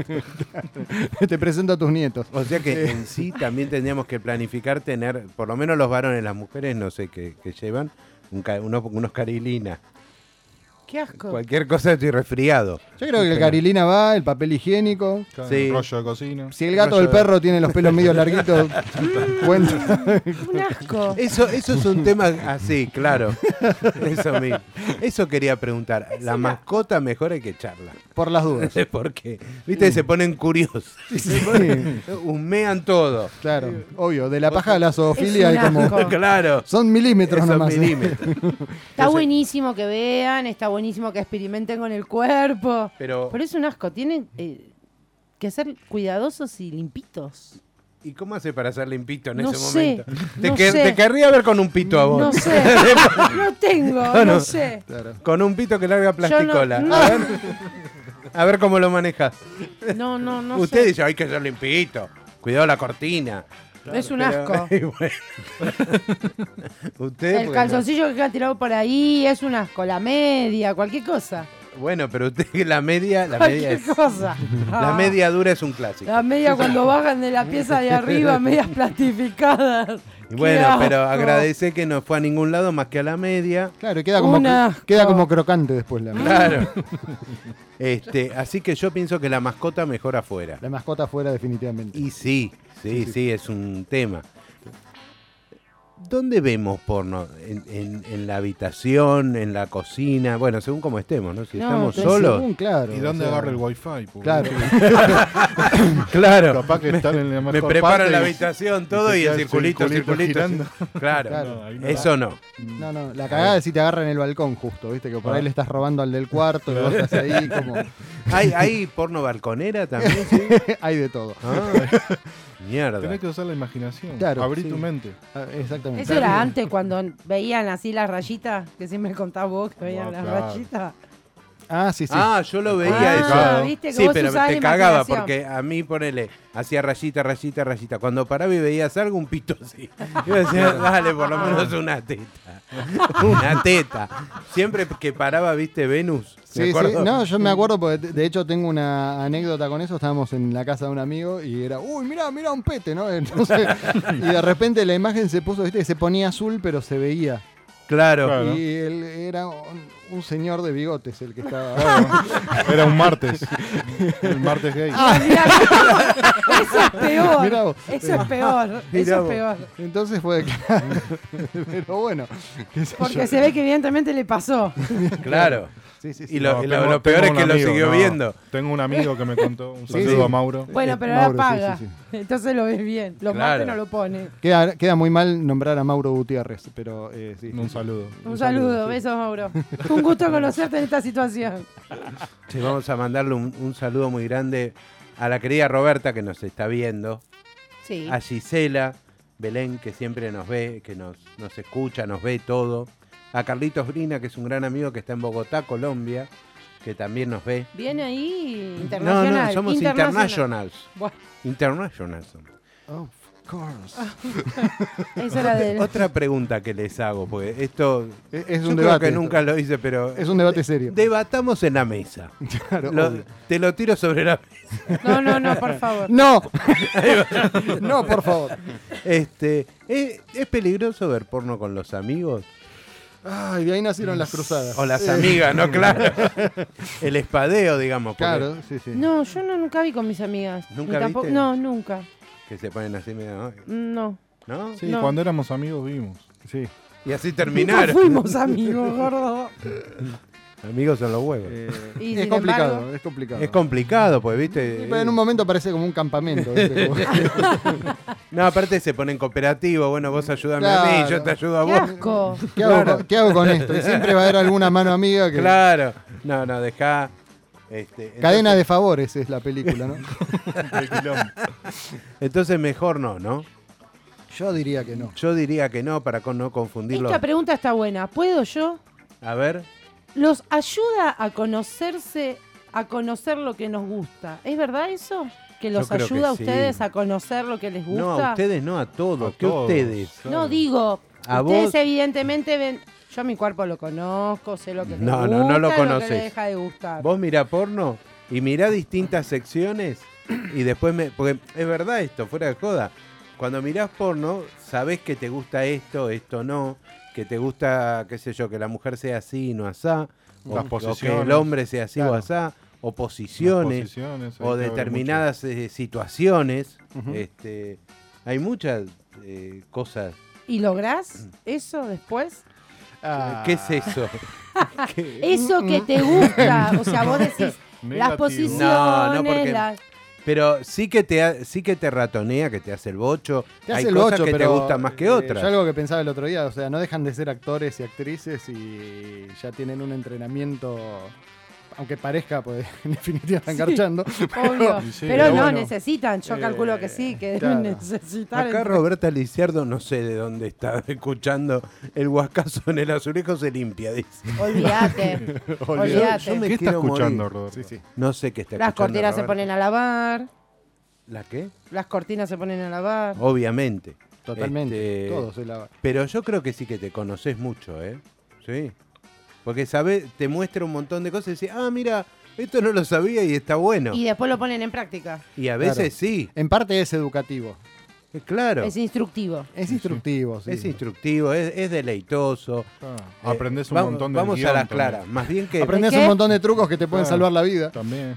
Speaker 4: te presento a tus nietos.
Speaker 1: O sea que en sí también tendríamos que planificar tener, por lo menos los varones, las mujeres, no sé, que, que llevan un ca- unos, unos carilinas.
Speaker 3: Qué asco.
Speaker 1: Cualquier cosa estoy resfriado.
Speaker 4: Yo creo que el carilina va, el papel higiénico.
Speaker 5: Claro,
Speaker 1: Sí.
Speaker 5: el rollo de cocina.
Speaker 4: Si el gato o el perro tiene los pelos medio larguitos, cuenta.
Speaker 3: Un asco.
Speaker 1: Eso, eso es un tema así, claro. Eso mismo. Eso quería preguntar. La mascota mejor hay que echarla.
Speaker 4: Por las
Speaker 1: No
Speaker 4: dudas.
Speaker 1: sé por qué. Viste, se ponen curiosos. Se ponen- Humean todo.
Speaker 4: Claro, obvio, de la paja a la zoofilia
Speaker 3: Es
Speaker 4: hay
Speaker 3: un
Speaker 4: como.
Speaker 3: asco.
Speaker 1: Claro.
Speaker 4: Son milímetros
Speaker 1: Esos
Speaker 4: nomás. ¿eh?
Speaker 1: milímetros.
Speaker 3: Está buenísimo que vean, está buenísimo que experimenten con el cuerpo.
Speaker 1: Pero,
Speaker 3: Por eso un asco. Tienen eh, que ser cuidadosos y limpitos.
Speaker 1: ¿y cómo hace para ser limpito en
Speaker 3: No
Speaker 1: ese
Speaker 3: sé,
Speaker 1: momento? Te,
Speaker 3: no
Speaker 1: que-
Speaker 3: sé.
Speaker 1: te querría ver con un pito a vos.
Speaker 3: No sé. No tengo, no,
Speaker 1: Oh. no.
Speaker 3: sé.
Speaker 4: Claro.
Speaker 1: Con un pito que larga plasticola.
Speaker 3: no-
Speaker 1: A, ver, a ver cómo lo manejas.
Speaker 3: No, no, no
Speaker 1: Usted
Speaker 3: sé.
Speaker 1: dice, hay que ser limpito. Cuidado la cortina.
Speaker 3: es un
Speaker 1: Pero-
Speaker 3: asco.
Speaker 1: y bueno. Usted,
Speaker 3: El
Speaker 1: bueno.
Speaker 3: calzoncillo que queda tirado por ahí es un asco. La media, cualquier cosa.
Speaker 1: Bueno, pero usted la media, la media,
Speaker 3: Cualquier
Speaker 1: es-
Speaker 3: cosa. Ah.
Speaker 1: la media dura es un clásico.
Speaker 3: La media cuando bajan de la pieza de arriba, medias plastificadas.
Speaker 1: Y bueno,
Speaker 3: Qué
Speaker 1: pero
Speaker 3: asco.
Speaker 1: agradece que no fue a ningún lado más que a la media.
Speaker 4: Claro, queda como,
Speaker 3: Un
Speaker 4: cro-
Speaker 3: asco. Ah.
Speaker 4: queda como crocante después la,
Speaker 1: Claro. este, así que yo pienso que la mascota mejor afuera.
Speaker 4: la mascota fuera definitivamente.
Speaker 1: Y sí, sí, sí, es un tema. ¿Dónde vemos porno? ¿En, en- en la habitación? ¿En la cocina? Bueno, según como estemos, ¿no? Si
Speaker 3: No,
Speaker 1: estamos
Speaker 3: pero
Speaker 1: solos.
Speaker 4: Según, claro.
Speaker 5: ¿Y dónde
Speaker 4: o sea,
Speaker 5: agarra el wifi? Porque
Speaker 4: Claro.
Speaker 1: Claro.
Speaker 5: Capaz que están en la mejor
Speaker 1: Me preparan
Speaker 5: parte
Speaker 1: la
Speaker 5: y-
Speaker 1: habitación, todo y,
Speaker 5: queda
Speaker 1: el circulito, circulito.
Speaker 5: girando.
Speaker 1: sí. Claro.
Speaker 4: Claro.
Speaker 5: No, ahí no
Speaker 1: Eso no.
Speaker 4: No, no, la cagada es si te agarra en el balcón justo, viste, que por ahí le estás robando al del cuarto, y vos estás ahí como...
Speaker 1: ¿Hay, hay porno balconera también? sí?
Speaker 4: Hay de todo.
Speaker 1: Ah, mierda.
Speaker 5: Tenés que usar la imaginación.
Speaker 4: Claro,
Speaker 5: Abrí
Speaker 4: sí.
Speaker 5: tu mente.
Speaker 4: Ah, Exactamente.
Speaker 3: Eso era antes cuando veían así las rayitas, que siempre contás vos que veían
Speaker 5: Ah,
Speaker 3: las
Speaker 5: claro.
Speaker 3: rayitas.
Speaker 4: Ah, sí, sí.
Speaker 1: Ah, yo lo veía
Speaker 3: Ah,
Speaker 1: eso.
Speaker 3: viste que
Speaker 1: sí,
Speaker 3: vos
Speaker 1: pero
Speaker 3: usás
Speaker 1: te
Speaker 3: la
Speaker 1: cagaba
Speaker 3: imaginación.
Speaker 1: porque a mí, ponele, hacía rayita, rayita, rayita. Cuando paraba y veías algo, un pito así. Yo decía, dale, por lo menos una teta. Una teta. Siempre que paraba, viste, Venus. ¿me
Speaker 4: Sí, sí,
Speaker 1: acuerdo?
Speaker 4: no, yo me acuerdo porque de- de hecho tengo una anécdota con eso, estábamos en la casa de un amigo y era, uy, mira, mira un pete, ¿no? Entonces, y de repente la imagen se puso, viste, que se ponía azul pero se veía.
Speaker 1: Claro.
Speaker 5: Claro.
Speaker 4: Y él era un, un señor de bigotes el que estaba...
Speaker 5: Era un martes. El martes gay.
Speaker 3: Ah, mirá, eso es peor.
Speaker 4: Mirá vos.
Speaker 3: eso es peor.
Speaker 1: Mirá
Speaker 3: eso es
Speaker 1: vos.
Speaker 3: peor.
Speaker 4: Entonces fue claro. Pero bueno, qué sé yo.
Speaker 3: Porque se ve que evidentemente le pasó.
Speaker 1: Claro.
Speaker 4: Sí, sí, sí.
Speaker 1: Y lo,
Speaker 5: No,
Speaker 1: y lo-
Speaker 5: tengo-
Speaker 1: lo peor es
Speaker 5: tengo un
Speaker 1: que lo
Speaker 5: amigo,
Speaker 1: siguió
Speaker 5: no.
Speaker 1: viendo.
Speaker 5: Tengo un amigo que me contó. Un
Speaker 4: Sí,
Speaker 5: saludo
Speaker 4: sí.
Speaker 5: a Mauro.
Speaker 3: Bueno, pero
Speaker 4: Mauro,
Speaker 3: ahora
Speaker 4: sí,
Speaker 3: paga.
Speaker 4: sí,
Speaker 3: Entonces lo ves bien. Los
Speaker 1: Claro.
Speaker 3: martes no lo pone.
Speaker 4: Queda, queda muy mal nombrar a Mauro Gutiérrez, pero eh, sí.
Speaker 5: Un saludo.
Speaker 3: Un saludo, besos Mauro. Fue un gusto conocerte en esta situación.
Speaker 1: Sí, vamos a mandarle un, un saludo muy grande a la querida Roberta que nos está viendo.
Speaker 2: Sí.
Speaker 1: a Gisela, Belén, que siempre nos ve, que nos, nos escucha, nos ve todo. A Carlitos Brina, que es un gran amigo que está en Bogotá, Colombia, que también nos ve.
Speaker 3: Bien ahí,
Speaker 1: No,
Speaker 3: internacional.
Speaker 1: no, somos
Speaker 3: internacional.
Speaker 1: internationals.
Speaker 3: Bueno,
Speaker 1: Internationals. somos.
Speaker 4: Oh, Of course.
Speaker 1: Ah,
Speaker 3: eso era de
Speaker 1: Otra pregunta que les hago, porque esto
Speaker 4: Es, E, es
Speaker 1: yo
Speaker 4: un
Speaker 1: creo
Speaker 4: debate.
Speaker 1: que
Speaker 4: esto.
Speaker 1: nunca Eh, lo hice, pero
Speaker 4: Es un debate serio.
Speaker 1: debatamos en la mesa.
Speaker 4: Claro,
Speaker 1: Lo-
Speaker 4: obvio.
Speaker 1: te lo tiro sobre la mesa.
Speaker 3: No, no, no, por favor.
Speaker 4: No. no, por favor.
Speaker 1: Este, ¿es, es peligroso ver porno con los amigos?
Speaker 4: Ay, Ah, de ahí nacieron las cruzadas.
Speaker 1: O las
Speaker 4: Eh,
Speaker 1: amigas, ¿no? Claro. El espadeo, digamos. porque-
Speaker 4: Claro, sí, sí.
Speaker 3: No, yo no, nunca vi con mis amigas.
Speaker 1: ¿Nunca
Speaker 3: Ni tampoco-
Speaker 1: viste?
Speaker 3: No, nunca.
Speaker 1: Que se ponen así medio,
Speaker 3: No.
Speaker 1: ¿no?
Speaker 5: Sí,
Speaker 3: No.
Speaker 5: cuando éramos amigos vimos.
Speaker 4: Sí.
Speaker 1: Y así
Speaker 3: Nunca
Speaker 1: terminaron.
Speaker 3: fuimos amigos, gordo.
Speaker 1: Amigos son los huevos.
Speaker 4: Eh,
Speaker 3: Y
Speaker 4: es
Speaker 3: sin
Speaker 4: complicado,
Speaker 3: embargo-
Speaker 4: es complicado.
Speaker 1: es complicado, pues,
Speaker 4: Sí,
Speaker 1: ¿viste?
Speaker 4: pero en un momento parece como un campamento. ¿viste? Como-
Speaker 1: No, aparte se ponen cooperativo, bueno, vos ayúdame a mí,
Speaker 4: Claro.
Speaker 1: yo te ayudo a
Speaker 3: ¡Qué
Speaker 1: vos.
Speaker 3: asco!
Speaker 4: ¿Qué, hago
Speaker 1: Claro.
Speaker 4: con, qué hago con esto? Y siempre va a haber alguna mano amiga que.
Speaker 1: Claro. No, no, dejá. Este,
Speaker 4: Cadena
Speaker 1: entonces,
Speaker 4: de favores es la película, ¿no?
Speaker 5: El quilombo.
Speaker 1: entonces mejor no, ¿no?
Speaker 4: Yo diría que no.
Speaker 1: Yo diría que no para con no confundirlo.
Speaker 3: Esta pregunta está buena. ¿Puedo yo?
Speaker 1: A ver,
Speaker 3: ¿Los ayuda a conocerse, a conocer lo que nos gusta? ¿Es verdad eso? ¿Que los
Speaker 1: creo que
Speaker 3: ayuda a
Speaker 1: sí.
Speaker 3: ustedes a conocer lo que les gusta?
Speaker 1: no a ustedes, no a todos.
Speaker 5: A
Speaker 1: ¿Qué
Speaker 5: todos.
Speaker 1: ustedes?
Speaker 3: No digo.
Speaker 1: A
Speaker 3: ustedes
Speaker 1: vos-
Speaker 3: evidentemente ven. Yo mi cuerpo lo conozco, sé lo que me
Speaker 1: No,
Speaker 3: gusta,
Speaker 1: no, no lo
Speaker 3: que le
Speaker 1: conoces.
Speaker 3: deja de gustar.
Speaker 1: Vos mirá porno y mirá distintas secciones y después me. Porque es verdad esto, fuera de joda. Cuando mirás porno, sabés que te gusta esto, esto no, que te gusta, qué sé yo, que la mujer sea así y no asá, o,
Speaker 5: Las
Speaker 1: o que
Speaker 5: posiciones.
Speaker 1: el hombre sea así o
Speaker 4: Claro.
Speaker 1: asá, o
Speaker 5: Las
Speaker 1: posiciones,
Speaker 5: posiciones, ahí
Speaker 1: o
Speaker 5: te abre
Speaker 1: determinadas eh, situaciones.
Speaker 4: Ujú.
Speaker 1: este, hay muchas eh, cosas.
Speaker 3: ¿Y lográs eso después?
Speaker 4: Ah,
Speaker 1: ¿Qué es eso? ¿Qué?
Speaker 3: Eso que te gusta. O sea, vos decís
Speaker 5: mucho.
Speaker 3: las
Speaker 5: Negativo.
Speaker 3: posiciones.
Speaker 1: No, no, porque-
Speaker 3: las-
Speaker 1: Pero sí que te ha- sí que te ratonea, que te hace el bocho.
Speaker 4: Te
Speaker 1: Hay
Speaker 4: hace el
Speaker 1: cosas
Speaker 4: bocho,
Speaker 1: que
Speaker 4: pero,
Speaker 1: te gustan más que
Speaker 4: eh,
Speaker 1: otras.
Speaker 4: yo algo que pensaba el otro día, o sea, no dejan de ser actores y actrices y ya tienen un entrenamiento, aunque parezca, pues en definitiva están garchando.
Speaker 1: Este
Speaker 3: Obvio.
Speaker 5: Y sí,
Speaker 3: Pero
Speaker 5: pero
Speaker 3: no,
Speaker 4: bueno.
Speaker 3: necesitan. Yo
Speaker 4: Eh,
Speaker 3: calculo que sí, que
Speaker 4: claro.
Speaker 3: deben necesitar.
Speaker 1: Acá Roberta Liciardo, no sé de dónde está escuchando el huascazo en el azulejo se limpia, dice.
Speaker 3: Olvídate. Olvídate.
Speaker 1: Yo me
Speaker 5: ¿Qué está
Speaker 1: quiero
Speaker 5: escuchando,
Speaker 1: morir.
Speaker 5: Roberto?
Speaker 1: No sé qué está
Speaker 3: Las
Speaker 1: escuchando.
Speaker 3: cortinas se
Speaker 1: Roberta.
Speaker 3: ponen a lavar.
Speaker 1: ¿La qué?
Speaker 3: Las cortinas se ponen a lavar.
Speaker 1: Obviamente.
Speaker 4: Totalmente,
Speaker 1: Este,
Speaker 4: todo se lava.
Speaker 1: Pero yo creo que sí que te conoces mucho, ¿eh? Sí. Porque sabes, te muestra un montón de cosas y dices, ah, mira, esto no lo sabía y está bueno.
Speaker 3: Y
Speaker 1: Y,
Speaker 3: después lo ponen en práctica.
Speaker 1: a veces sí.
Speaker 4: En parte es educativo.
Speaker 1: Eh, Claro.
Speaker 3: Es instructivo.
Speaker 4: Es instructivo, sí.
Speaker 1: Es instructivo, es, es deleitoso.
Speaker 5: Ah,
Speaker 1: Eh,
Speaker 5: Aprendes un
Speaker 1: vamos-
Speaker 5: montón de
Speaker 1: Vamos a las claras. Más bien que
Speaker 4: Aprendes
Speaker 3: ¿De qué?
Speaker 4: un montón de trucos que te pueden
Speaker 5: Ah.
Speaker 4: salvar la vida.
Speaker 5: También.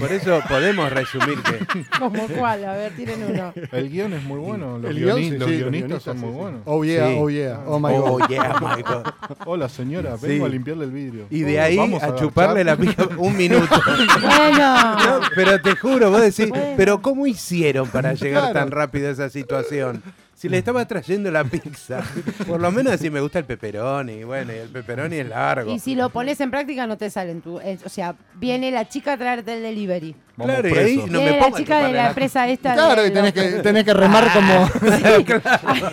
Speaker 1: por eso podemos resumir que
Speaker 3: Como cuál, a ver, tienen uno.
Speaker 5: El guión es muy bueno. Los,
Speaker 4: El
Speaker 5: guioni-
Speaker 4: guión, sí,
Speaker 5: los
Speaker 4: sí, los
Speaker 5: guionistas son
Speaker 4: sí,
Speaker 5: muy
Speaker 4: sí.
Speaker 5: buenos.
Speaker 4: Oh yeah,
Speaker 1: Sí.
Speaker 4: oh yeah, oh my god.
Speaker 1: Oh, yeah, my God.
Speaker 5: Hola señora,
Speaker 1: Sí.
Speaker 5: vengo a limpiarle el vidrio.
Speaker 1: Y de
Speaker 5: Oh,
Speaker 1: ahí
Speaker 5: vamos
Speaker 1: a chuparle la
Speaker 5: agachar.
Speaker 1: pija un minuto.
Speaker 3: Bueno,
Speaker 1: No, pero te juro, vos decís,
Speaker 3: Bueno.
Speaker 1: pero ¿cómo hicieron para llegar
Speaker 4: Claro.
Speaker 1: tan rápido a esa situación? Si le estaba trayendo la pizza, por lo menos así me gusta el peperoni, bueno, y el peperoni es largo.
Speaker 3: y si lo pones en práctica no te salen tú. Es- O sea, viene la chica a traerte el delivery.
Speaker 5: Vamos
Speaker 1: Claro, y
Speaker 5: preso.
Speaker 1: ahí no- me
Speaker 3: viene
Speaker 1: pongo
Speaker 3: la
Speaker 1: a
Speaker 3: chica de
Speaker 1: chuparle
Speaker 3: la
Speaker 1: la-
Speaker 3: empresa esta.
Speaker 4: Claro,
Speaker 3: de
Speaker 4: y tenés
Speaker 3: los-
Speaker 4: que, tenés que remar
Speaker 1: Ah.
Speaker 4: como.
Speaker 3: Sí.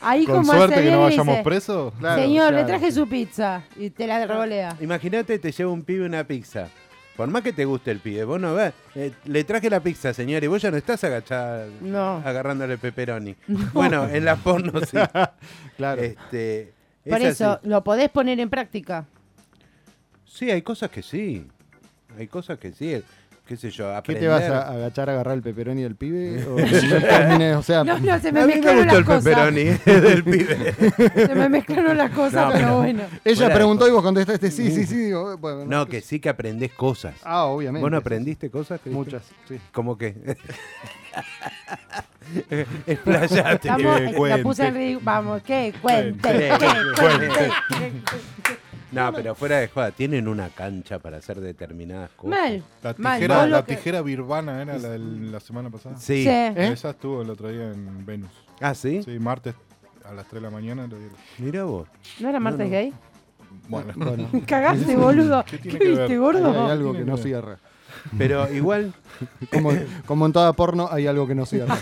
Speaker 3: Ahí
Speaker 5: Con
Speaker 3: como
Speaker 5: suerte
Speaker 3: hace
Speaker 5: que no
Speaker 3: bien le
Speaker 5: vayamos
Speaker 3: dice,
Speaker 5: presos.
Speaker 3: Señor, le traje su pizza y te la revolea.
Speaker 1: Imagínate, te lleva un pibe una pizza. Por más que te guste el pibe, vos no ves. eh, le traje la pizza, señor, y vos ya no estás agachada
Speaker 3: No.
Speaker 1: agarrándole peperoni. Bueno, en la porno sí.
Speaker 4: Claro.
Speaker 1: Este, es
Speaker 3: Por eso,
Speaker 1: así.
Speaker 3: lo podés poner en práctica.
Speaker 1: Sí, hay cosas que sí. Hay cosas que sí. eh, Qué sé yo,
Speaker 4: ¿Qué
Speaker 1: aprender.
Speaker 4: te vas a agachar a agarrar el peperoni del pibe? O, no termines, o sea,
Speaker 3: No, no, se
Speaker 1: a mí
Speaker 3: me
Speaker 1: me
Speaker 3: mezclaron
Speaker 1: gustó el
Speaker 3: las cosas.
Speaker 1: peperoni
Speaker 4: eh,
Speaker 1: del pibe.
Speaker 3: Se me mezclaron las cosas,
Speaker 1: No,
Speaker 3: pero
Speaker 1: pero-
Speaker 3: bueno.
Speaker 4: ella
Speaker 1: Fuera Uh.
Speaker 4: preguntó y vos contestaste sí, sí, sí. digo, eh, bueno,
Speaker 1: No, que sí que aprendés cosas.
Speaker 4: Ah, obviamente.
Speaker 1: ¿Vos no
Speaker 4: sí,
Speaker 1: aprendiste cosas?
Speaker 4: sí,
Speaker 1: Cristian?
Speaker 4: Muchas, sí.
Speaker 1: ¿Cómo que? Explayate.
Speaker 3: Estamos,
Speaker 5: que
Speaker 3: eh,
Speaker 5: cuente.
Speaker 3: la puse en ri- Vamos, que cuente.
Speaker 1: Sí,
Speaker 3: que
Speaker 1: cuente.
Speaker 3: cuente.
Speaker 1: No, pero fuera de joda, tienen una cancha para hacer determinadas cosas.
Speaker 3: Mal.
Speaker 5: La tijera,
Speaker 3: mal, vos lo
Speaker 5: la
Speaker 3: que-
Speaker 5: tijera birvana era la, del- la semana pasada.
Speaker 1: Sí.
Speaker 3: Sí.
Speaker 4: ¿Eh?
Speaker 5: Esa estuvo el otro día en Venus.
Speaker 1: ¿Ah, sí?
Speaker 5: Sí, martes a las 3 de la mañana lo dieron.
Speaker 1: Mira vos.
Speaker 3: ¿No era martes
Speaker 1: no.
Speaker 3: gay?
Speaker 5: Bueno,
Speaker 4: Bueno,
Speaker 3: Cagaste, boludo. ¿Qué,
Speaker 5: ¿Qué tiene que
Speaker 3: viste,
Speaker 5: ver?
Speaker 4: ahí hay
Speaker 3: gordo?
Speaker 4: algo que no
Speaker 5: Tiene que
Speaker 4: cierra.
Speaker 1: Pero igual,
Speaker 4: Como, como en toda porno, hay algo que no cierra.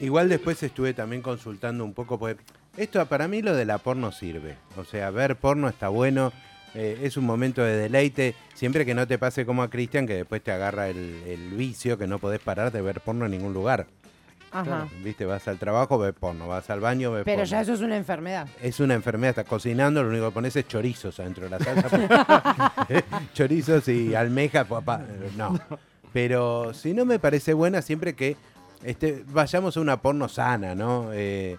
Speaker 1: igual después estuve también consultando un poco, porque esto para mí lo de la porno sirve. O sea, ver porno está bueno, eh, es un momento de deleite, siempre que no te pase como a Cristian, que después te agarra el, el vicio, que no podés parar de ver porno en ningún lugar.
Speaker 3: Ajá.
Speaker 1: Viste, vas al trabajo, ves porno, vas al baño, ves
Speaker 3: Pero
Speaker 1: porno.
Speaker 3: ya eso es una enfermedad.
Speaker 1: Es una enfermedad, estás cocinando, lo único que pones es chorizos adentro de la salsa. chorizos y almeja, papá. No. Pero si no me parece buena, siempre que este, vayamos a una porno sana, ¿no? Eh,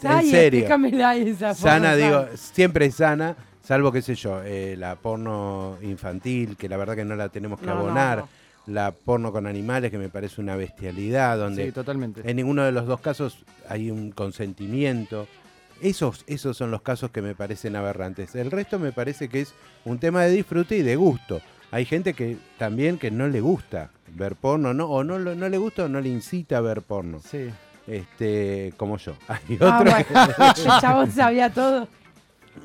Speaker 1: en
Speaker 3: Ay,
Speaker 1: serio.
Speaker 3: explícamela esa forma.
Speaker 1: Sana, digo, siempre es sana, salvo, qué sé yo, eh, la porno infantil, que la verdad que no la tenemos que
Speaker 3: No, no,
Speaker 1: abonar.
Speaker 3: no.
Speaker 1: La porno con animales, que me parece una bestialidad, donde
Speaker 4: Sí, totalmente.
Speaker 1: en ninguno de los dos casos hay un consentimiento. Esos, esos son los casos que me parecen aberrantes. El resto me parece que es un tema de disfrute y de gusto. Hay gente que también que no le gusta ver porno, no, o no, lo- no le gusta o no le incita a ver porno.
Speaker 4: Sí.
Speaker 1: Este, como yo. Hay otro
Speaker 3: Ah,
Speaker 1: que-
Speaker 3: bueno. El chabón sabía todo.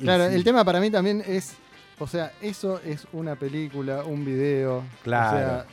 Speaker 4: Claro,
Speaker 1: Sí.
Speaker 4: el tema para mí también es, o sea, eso es una película, un video.
Speaker 1: Claro.
Speaker 4: O sea,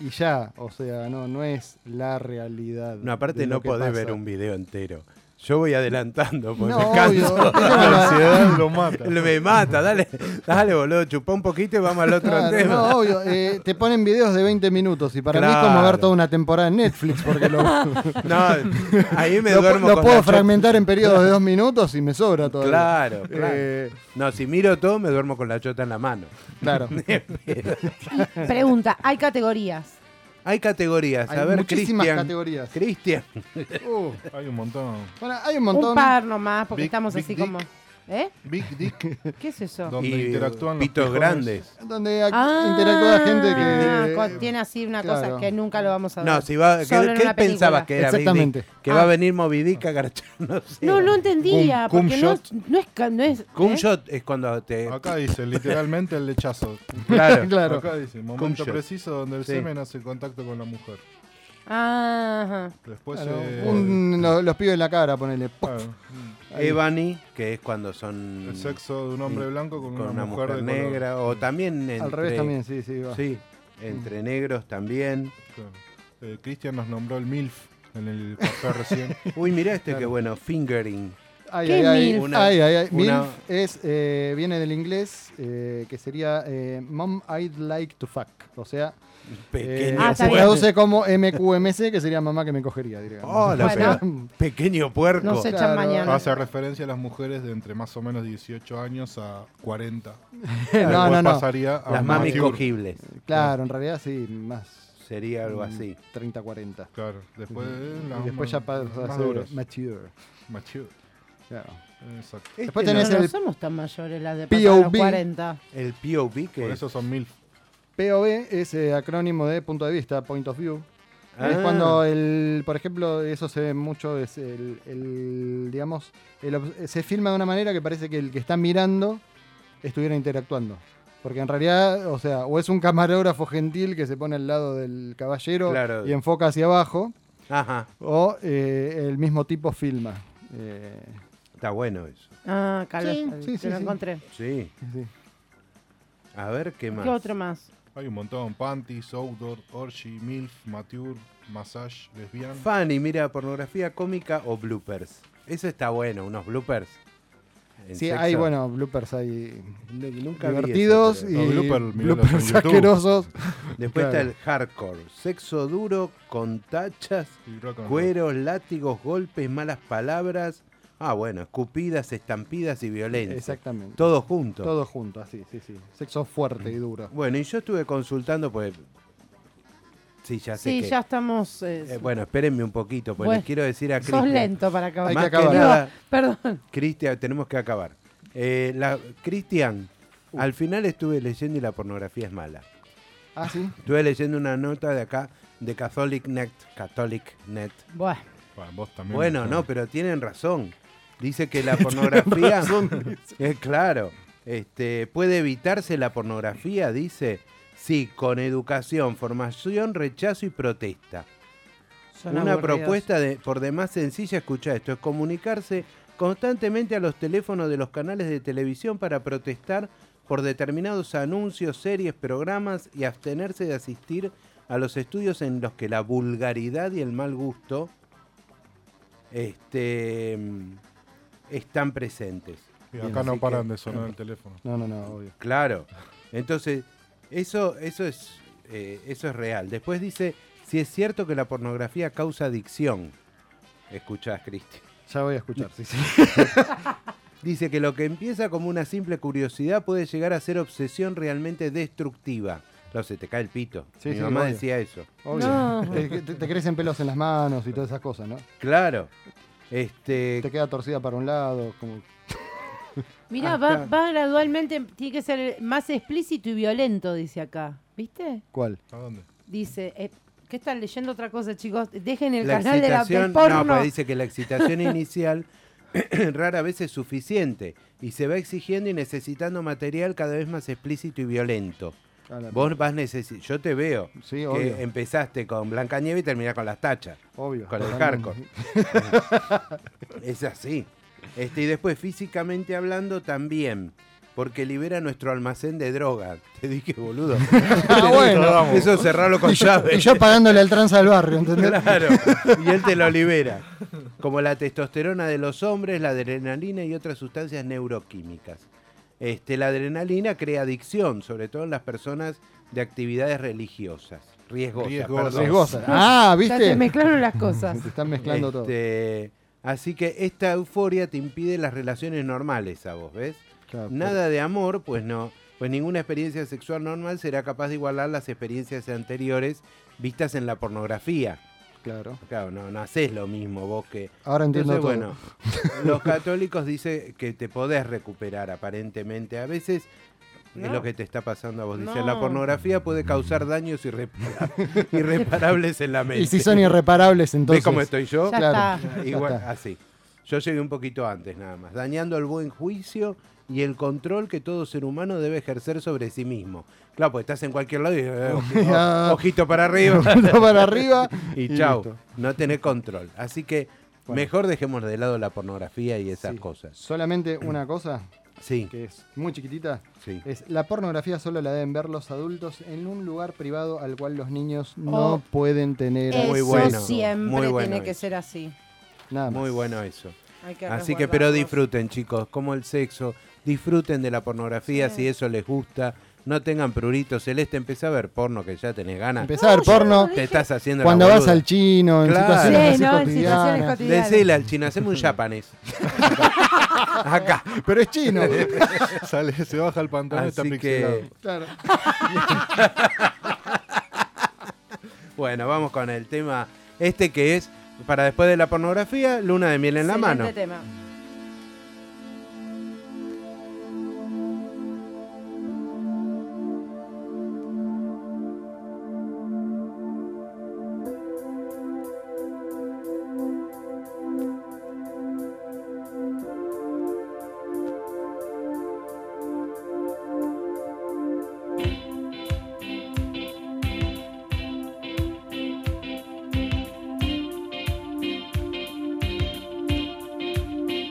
Speaker 4: y ya, o sea, no, no es la realidad.
Speaker 1: No, aparte
Speaker 4: de lo
Speaker 1: no
Speaker 4: que
Speaker 1: podés
Speaker 4: pasa.
Speaker 1: ver un video entero. Yo voy adelantando porque
Speaker 4: No,
Speaker 1: me canso.
Speaker 4: obvio.
Speaker 5: La ansiedad eh, lo mata.
Speaker 1: Me mata, dale, dale, boludo, chupá un poquito y vamos al otro
Speaker 4: Claro,
Speaker 1: tema.
Speaker 4: no, obvio. eh, te ponen videos de 20 minutos y para mí es como
Speaker 1: Claro.
Speaker 4: ver toda una temporada en Netflix porque lo,
Speaker 1: No, ahí me
Speaker 4: lo-
Speaker 1: duermo
Speaker 4: lo
Speaker 1: con
Speaker 4: puedo
Speaker 1: la chota.
Speaker 4: fragmentar en periodos de dos minutos y me sobra todo.
Speaker 1: Claro, claro.
Speaker 4: Eh,
Speaker 1: No, si miro todo, me duermo con la chota en la mano.
Speaker 4: claro.
Speaker 3: Pregunta, hay categorías.
Speaker 1: Hay categorías.
Speaker 4: Hay
Speaker 1: a ver,
Speaker 4: muchísimas
Speaker 1: Cristian.
Speaker 4: categorías.
Speaker 1: Cristian.
Speaker 4: Uh,
Speaker 5: Hay un montón.
Speaker 4: bueno, hay un
Speaker 3: Un
Speaker 4: montón.
Speaker 3: par nomás, porque
Speaker 5: Big-
Speaker 3: estamos
Speaker 5: Big
Speaker 3: así
Speaker 5: Dick.
Speaker 3: como. ¿Eh?
Speaker 5: Big Dick,
Speaker 3: ¿Qué es eso?
Speaker 5: donde
Speaker 1: Y,
Speaker 5: interactúan los
Speaker 1: pitos
Speaker 5: pijones.
Speaker 1: grandes.
Speaker 4: donde ac- interactúa gente que.
Speaker 3: Ah, Tiene así una cosa
Speaker 4: claro.
Speaker 3: que nunca lo vamos a ver.
Speaker 1: eh, No, si va, ¿qué,
Speaker 3: Solo en
Speaker 1: qué
Speaker 3: una película.
Speaker 1: pensabas que era Big Dick?
Speaker 4: Exactamente. ¿Eh?
Speaker 1: Que va a
Speaker 3: Ah.
Speaker 1: venir Moby Dick a garcharnos.
Speaker 3: No, no entendía.
Speaker 5: Cum- cum
Speaker 3: porque no,
Speaker 5: shot.
Speaker 3: no es. ca- No es
Speaker 1: Cum
Speaker 3: ¿eh?
Speaker 1: shot es cuando te...
Speaker 5: Acá dice literalmente el lechazo.
Speaker 1: Claro.
Speaker 4: Ah, Claro.
Speaker 5: Acá dice,
Speaker 1: Cum
Speaker 5: momento
Speaker 1: shot.
Speaker 5: preciso donde el
Speaker 1: Sí.
Speaker 5: semen hace contacto con la mujer.
Speaker 3: Ah, ajá.
Speaker 5: Después
Speaker 4: Claro,
Speaker 5: eh,
Speaker 4: un- lo- los pibes en la cara, ponele. ¡pum!
Speaker 5: claro,
Speaker 1: Ebony, que es cuando son...
Speaker 5: el sexo de un hombre blanco con,
Speaker 1: Mm. con una, mujer,
Speaker 5: de color.
Speaker 1: negra. O también entre...
Speaker 4: Al revés también, sí, sí. va.
Speaker 1: Sí, entre negros también.
Speaker 5: Claro. Eh, Cristian nos nombró el MILF en el café recién.
Speaker 1: Uy, mirá este que bueno, fingering.
Speaker 4: Ay,
Speaker 3: ¿Qué
Speaker 4: ay, ay.
Speaker 3: milf?
Speaker 1: Una-
Speaker 4: Ay, ay, ay.
Speaker 1: una-
Speaker 4: Milf es, eh, viene del inglés, eh, que sería eh, Mom I'd Like to Fuck. O sea, eh,
Speaker 1: Pequeño
Speaker 3: Ah, está
Speaker 4: se
Speaker 3: bien.
Speaker 1: puerco.
Speaker 4: traduce como MQMC, que sería mamá que me cogería, digamos.
Speaker 1: Oh, la
Speaker 3: Bueno.
Speaker 1: pe- Pequeño puerco.
Speaker 3: No se echan
Speaker 4: Claro.
Speaker 3: mañana.
Speaker 5: Hace referencia a las mujeres de entre más o menos 18 años a 40.
Speaker 4: no,
Speaker 5: Después
Speaker 4: no, no.
Speaker 5: pasaría a
Speaker 1: Las
Speaker 5: un
Speaker 4: Ah,
Speaker 1: mamis
Speaker 5: mature.
Speaker 1: cogibles.
Speaker 4: Claro, en realidad sí, más.
Speaker 1: Sería
Speaker 4: Mm.
Speaker 1: algo así.
Speaker 4: 30, 40.
Speaker 5: Claro, después,
Speaker 4: Y después ya pasa a
Speaker 5: más
Speaker 4: ser
Speaker 5: duros.
Speaker 4: mature.
Speaker 5: Mature.
Speaker 4: Claro.
Speaker 5: Exacto.
Speaker 1: Este
Speaker 4: Después
Speaker 1: no-
Speaker 4: tenés
Speaker 3: no,
Speaker 4: el-
Speaker 3: no somos tan mayores las de pasar a los
Speaker 4: POV.
Speaker 3: 40.
Speaker 1: el POV que
Speaker 5: Por
Speaker 1: es-
Speaker 5: eso son mil.
Speaker 4: POV es eh, acrónimo de punto de vista, point of view. Es
Speaker 1: Ah,
Speaker 4: cuando el, por ejemplo, eso se ve mucho, es el, el, digamos, el ob- se filma de una manera que parece que el que está mirando estuviera interactuando. Porque en realidad, o sea, o es un camarógrafo gentil que se pone al lado del caballero
Speaker 1: Claro.
Speaker 4: y enfoca hacia abajo,
Speaker 1: Ajá,
Speaker 4: o eh, el mismo tipo filma. Eh,
Speaker 1: está bueno eso.
Speaker 3: Ah, Carlos,
Speaker 4: Sí, sí,
Speaker 3: te
Speaker 4: sí,
Speaker 3: lo
Speaker 4: sí.
Speaker 3: encontré.
Speaker 1: Sí.
Speaker 4: sí.
Speaker 1: A ver qué más.
Speaker 3: ¿Qué otro más?
Speaker 5: Hay un montón. Panties, outdoor, orgy, milf, mature, massage, lesbian.
Speaker 1: Fanny, mira, pornografía cómica o bloopers. Eso está bueno, unos bloopers. En
Speaker 4: Eh, Sí,
Speaker 1: sexo.
Speaker 4: hay, bueno, bloopers hay
Speaker 1: N- Nunca vi eso,
Speaker 4: divertidos
Speaker 1: pero-
Speaker 4: y
Speaker 5: Los bloopers, miralos en
Speaker 4: bloopers
Speaker 5: YouTube.
Speaker 4: asquerosos.
Speaker 1: Después
Speaker 4: claro.
Speaker 1: está el hardcore. Sexo duro con tachas,
Speaker 5: Y rock and roll.
Speaker 1: cueros, látigos, golpes, malas palabras. Ah, bueno, escupidas, estampidas y violencia.
Speaker 4: Exactamente.
Speaker 1: Todo junto.
Speaker 4: Todo junto, así, sí, sí. Sexo fuerte y duro.
Speaker 1: Bueno, y yo estuve consultando, pues. Sí, ya sé.
Speaker 3: Sí,
Speaker 1: que-
Speaker 3: ya estamos. eh,
Speaker 1: Eh, bueno, espérenme un poquito, pues
Speaker 3: Bueno,
Speaker 1: les quiero decir a
Speaker 3: sos
Speaker 1: Cristian.
Speaker 3: lento para acabar.
Speaker 4: Hay que
Speaker 1: Más que
Speaker 4: acabar.
Speaker 1: nada,
Speaker 3: Perdón.
Speaker 1: Cristian, tenemos que acabar. Eh, la- Cristian,
Speaker 4: Uh.
Speaker 1: al final estuve leyendo y la pornografía es mala.
Speaker 4: Ah, sí.
Speaker 1: Estuve leyendo una nota de acá, de Catholic Net. Catholic Net.
Speaker 3: Bueno,
Speaker 5: Bueno, vos también.
Speaker 1: Bueno, no,
Speaker 5: Gustavo.
Speaker 1: pero tienen razón. Dice que la pornografía. Eh, claro. Este, puede evitarse la pornografía, dice. Sí, con educación, formación, rechazo y protesta.
Speaker 3: son
Speaker 1: Una
Speaker 3: aburridos.
Speaker 1: propuesta de, por demás sencilla, escucha esto, es comunicarse constantemente a los teléfonos de los canales de televisión para protestar por determinados anuncios, series, programas y abstenerse de asistir a los estudios en los que la vulgaridad y el mal gusto este, mm, están presentes.
Speaker 5: Y
Speaker 4: Bien,
Speaker 5: acá
Speaker 4: así
Speaker 5: no
Speaker 1: que-
Speaker 5: paran de sonar el teléfono.
Speaker 4: No, no, no, obvio.
Speaker 1: Claro. Entonces, eso, eso, es, eh, eso es real. Después dice, si es cierto que la pornografía causa adicción. Escuchás, Cristi.
Speaker 4: Ya voy a escuchar, sí, sí.
Speaker 1: Dice que lo que empieza como una simple curiosidad puede llegar a ser obsesión realmente destructiva. Claro, se te cae el pito.
Speaker 4: Sí,
Speaker 1: Mi
Speaker 4: sí,
Speaker 1: mamá
Speaker 4: obvio.
Speaker 1: decía eso.
Speaker 4: Obvio.
Speaker 3: No.
Speaker 4: Te, te- te crecen pelos en las manos y todas esas cosas, ¿no?
Speaker 1: Claro. Este,
Speaker 4: Te queda torcida para un lado. Como...
Speaker 3: Mirá,
Speaker 1: Acá.
Speaker 3: va, va gradualmente, tiene que ser más explícito y violento, dice acá. ¿Viste?
Speaker 4: ¿Cuál?
Speaker 5: ¿A dónde?
Speaker 3: Dice, eh, ¿qué están leyendo otra cosa, chicos? Dejen el
Speaker 1: la
Speaker 3: canal de la,
Speaker 1: excitación,
Speaker 3: del porno.
Speaker 1: no, pues, pero dice que la excitación inicial rara vez es suficiente y se va exigiendo y necesitando material cada vez más explícito y violento.
Speaker 4: A la-
Speaker 1: Vos vas necesi yo te veo
Speaker 4: Sí,
Speaker 1: que
Speaker 4: obvio.
Speaker 1: empezaste con Blanca Nieve y terminás con las tachas.
Speaker 4: Obvio.
Speaker 1: Con el
Speaker 4: totalmente.
Speaker 1: hardcore. Es así. Este, y después, físicamente hablando, también. Porque libera nuestro almacén de droga. Te dije, boludo.
Speaker 4: Ah, bueno.
Speaker 1: Eso cerralo con
Speaker 4: Y
Speaker 1: llave.
Speaker 4: yo pagándole al tranza del barrio, ¿entendés?
Speaker 1: Claro. Y él te lo libera. Como la testosterona de los hombres, la adrenalina y otras sustancias neuroquímicas. Este, la adrenalina crea adicción, sobre todo en las personas de actividades religiosas. Riesgosas.
Speaker 5: Riesgosas.
Speaker 1: perdón.
Speaker 4: Riesgosa. Ah,
Speaker 3: Ya se
Speaker 4: ¿viste?
Speaker 3: mezclaron las cosas.
Speaker 4: Se están mezclando todo.
Speaker 1: Este, Así que esta euforia te impide las relaciones normales a vos, ¿ves?
Speaker 4: Claro,
Speaker 1: Nada de amor, pues no. Pues ninguna experiencia sexual normal será capaz de igualar las experiencias anteriores vistas en la pornografía.
Speaker 4: pero- Claro.
Speaker 1: Claro, no, no haces lo mismo vos que...
Speaker 4: Ahora entiendo
Speaker 1: Entonces,
Speaker 4: todo.
Speaker 1: bueno, los católicos dicen que te podés recuperar aparentemente. A veces es
Speaker 3: No.
Speaker 1: lo que te está pasando a vos. Dicen,
Speaker 3: No.
Speaker 1: la pornografía puede causar daños irrepara- irreparables en la mente.
Speaker 4: Y si son irreparables,
Speaker 1: ¿Ves
Speaker 4: entonces.
Speaker 1: este, cómo estoy yo?
Speaker 3: Ya
Speaker 4: Claro.
Speaker 3: está.
Speaker 4: Ya
Speaker 1: Igual,
Speaker 4: está.
Speaker 1: así. Yo llegué un poquito antes nada más, dañando el buen juicio y el control que todo ser humano debe ejercer sobre sí mismo. Claro, pues estás en cualquier lado y eh, oji-
Speaker 4: Ah.
Speaker 1: o- ojito para arriba
Speaker 4: Uno para arriba.
Speaker 1: y chao,
Speaker 4: listo.
Speaker 1: no tenés control. Así que
Speaker 4: Bueno.
Speaker 1: mejor dejemos de lado la pornografía y esas
Speaker 4: Sí.
Speaker 1: cosas.
Speaker 4: Solamente una cosa
Speaker 1: Sí,
Speaker 4: que es muy chiquitita.
Speaker 1: sí.
Speaker 4: Es, la pornografía solo la deben ver los adultos en un lugar privado al cual los niños no
Speaker 3: Oh.
Speaker 4: pueden tener
Speaker 3: Eso
Speaker 1: Muy bueno,
Speaker 3: siempre
Speaker 1: muy bueno
Speaker 3: tiene que
Speaker 1: eso.
Speaker 3: ser así.
Speaker 4: nada más.
Speaker 1: Muy bueno eso.
Speaker 3: Hay que
Speaker 1: Así que, pero
Speaker 3: resguardarlos.
Speaker 1: disfruten, chicos, como el sexo. Disfruten de la pornografía
Speaker 3: Sí.
Speaker 1: si eso les gusta. No tengan prurito celeste. Empecé a ver porno que ya tenés ganas.
Speaker 4: Empezá a ver
Speaker 3: No, yo
Speaker 4: porno
Speaker 3: no
Speaker 1: Te estás haciendo la
Speaker 4: cuando vas
Speaker 1: boluda.
Speaker 4: al chino, en
Speaker 1: Claro.
Speaker 4: situaciones
Speaker 3: Sí,
Speaker 4: así
Speaker 3: no, en
Speaker 4: cotidianas.
Speaker 3: situaciones cotidianas.
Speaker 1: Decile al chino, haceme un japonés. Acá.
Speaker 4: Pero es chino.
Speaker 5: Sale, se baja el pantalón y está
Speaker 1: Así
Speaker 5: pixelado.
Speaker 1: que,
Speaker 4: Claro.
Speaker 1: Bueno, vamos con el tema este que es para después de la pornografía, luna de miel en la
Speaker 3: Excelente
Speaker 1: mano.
Speaker 3: tema.
Speaker 7: Luna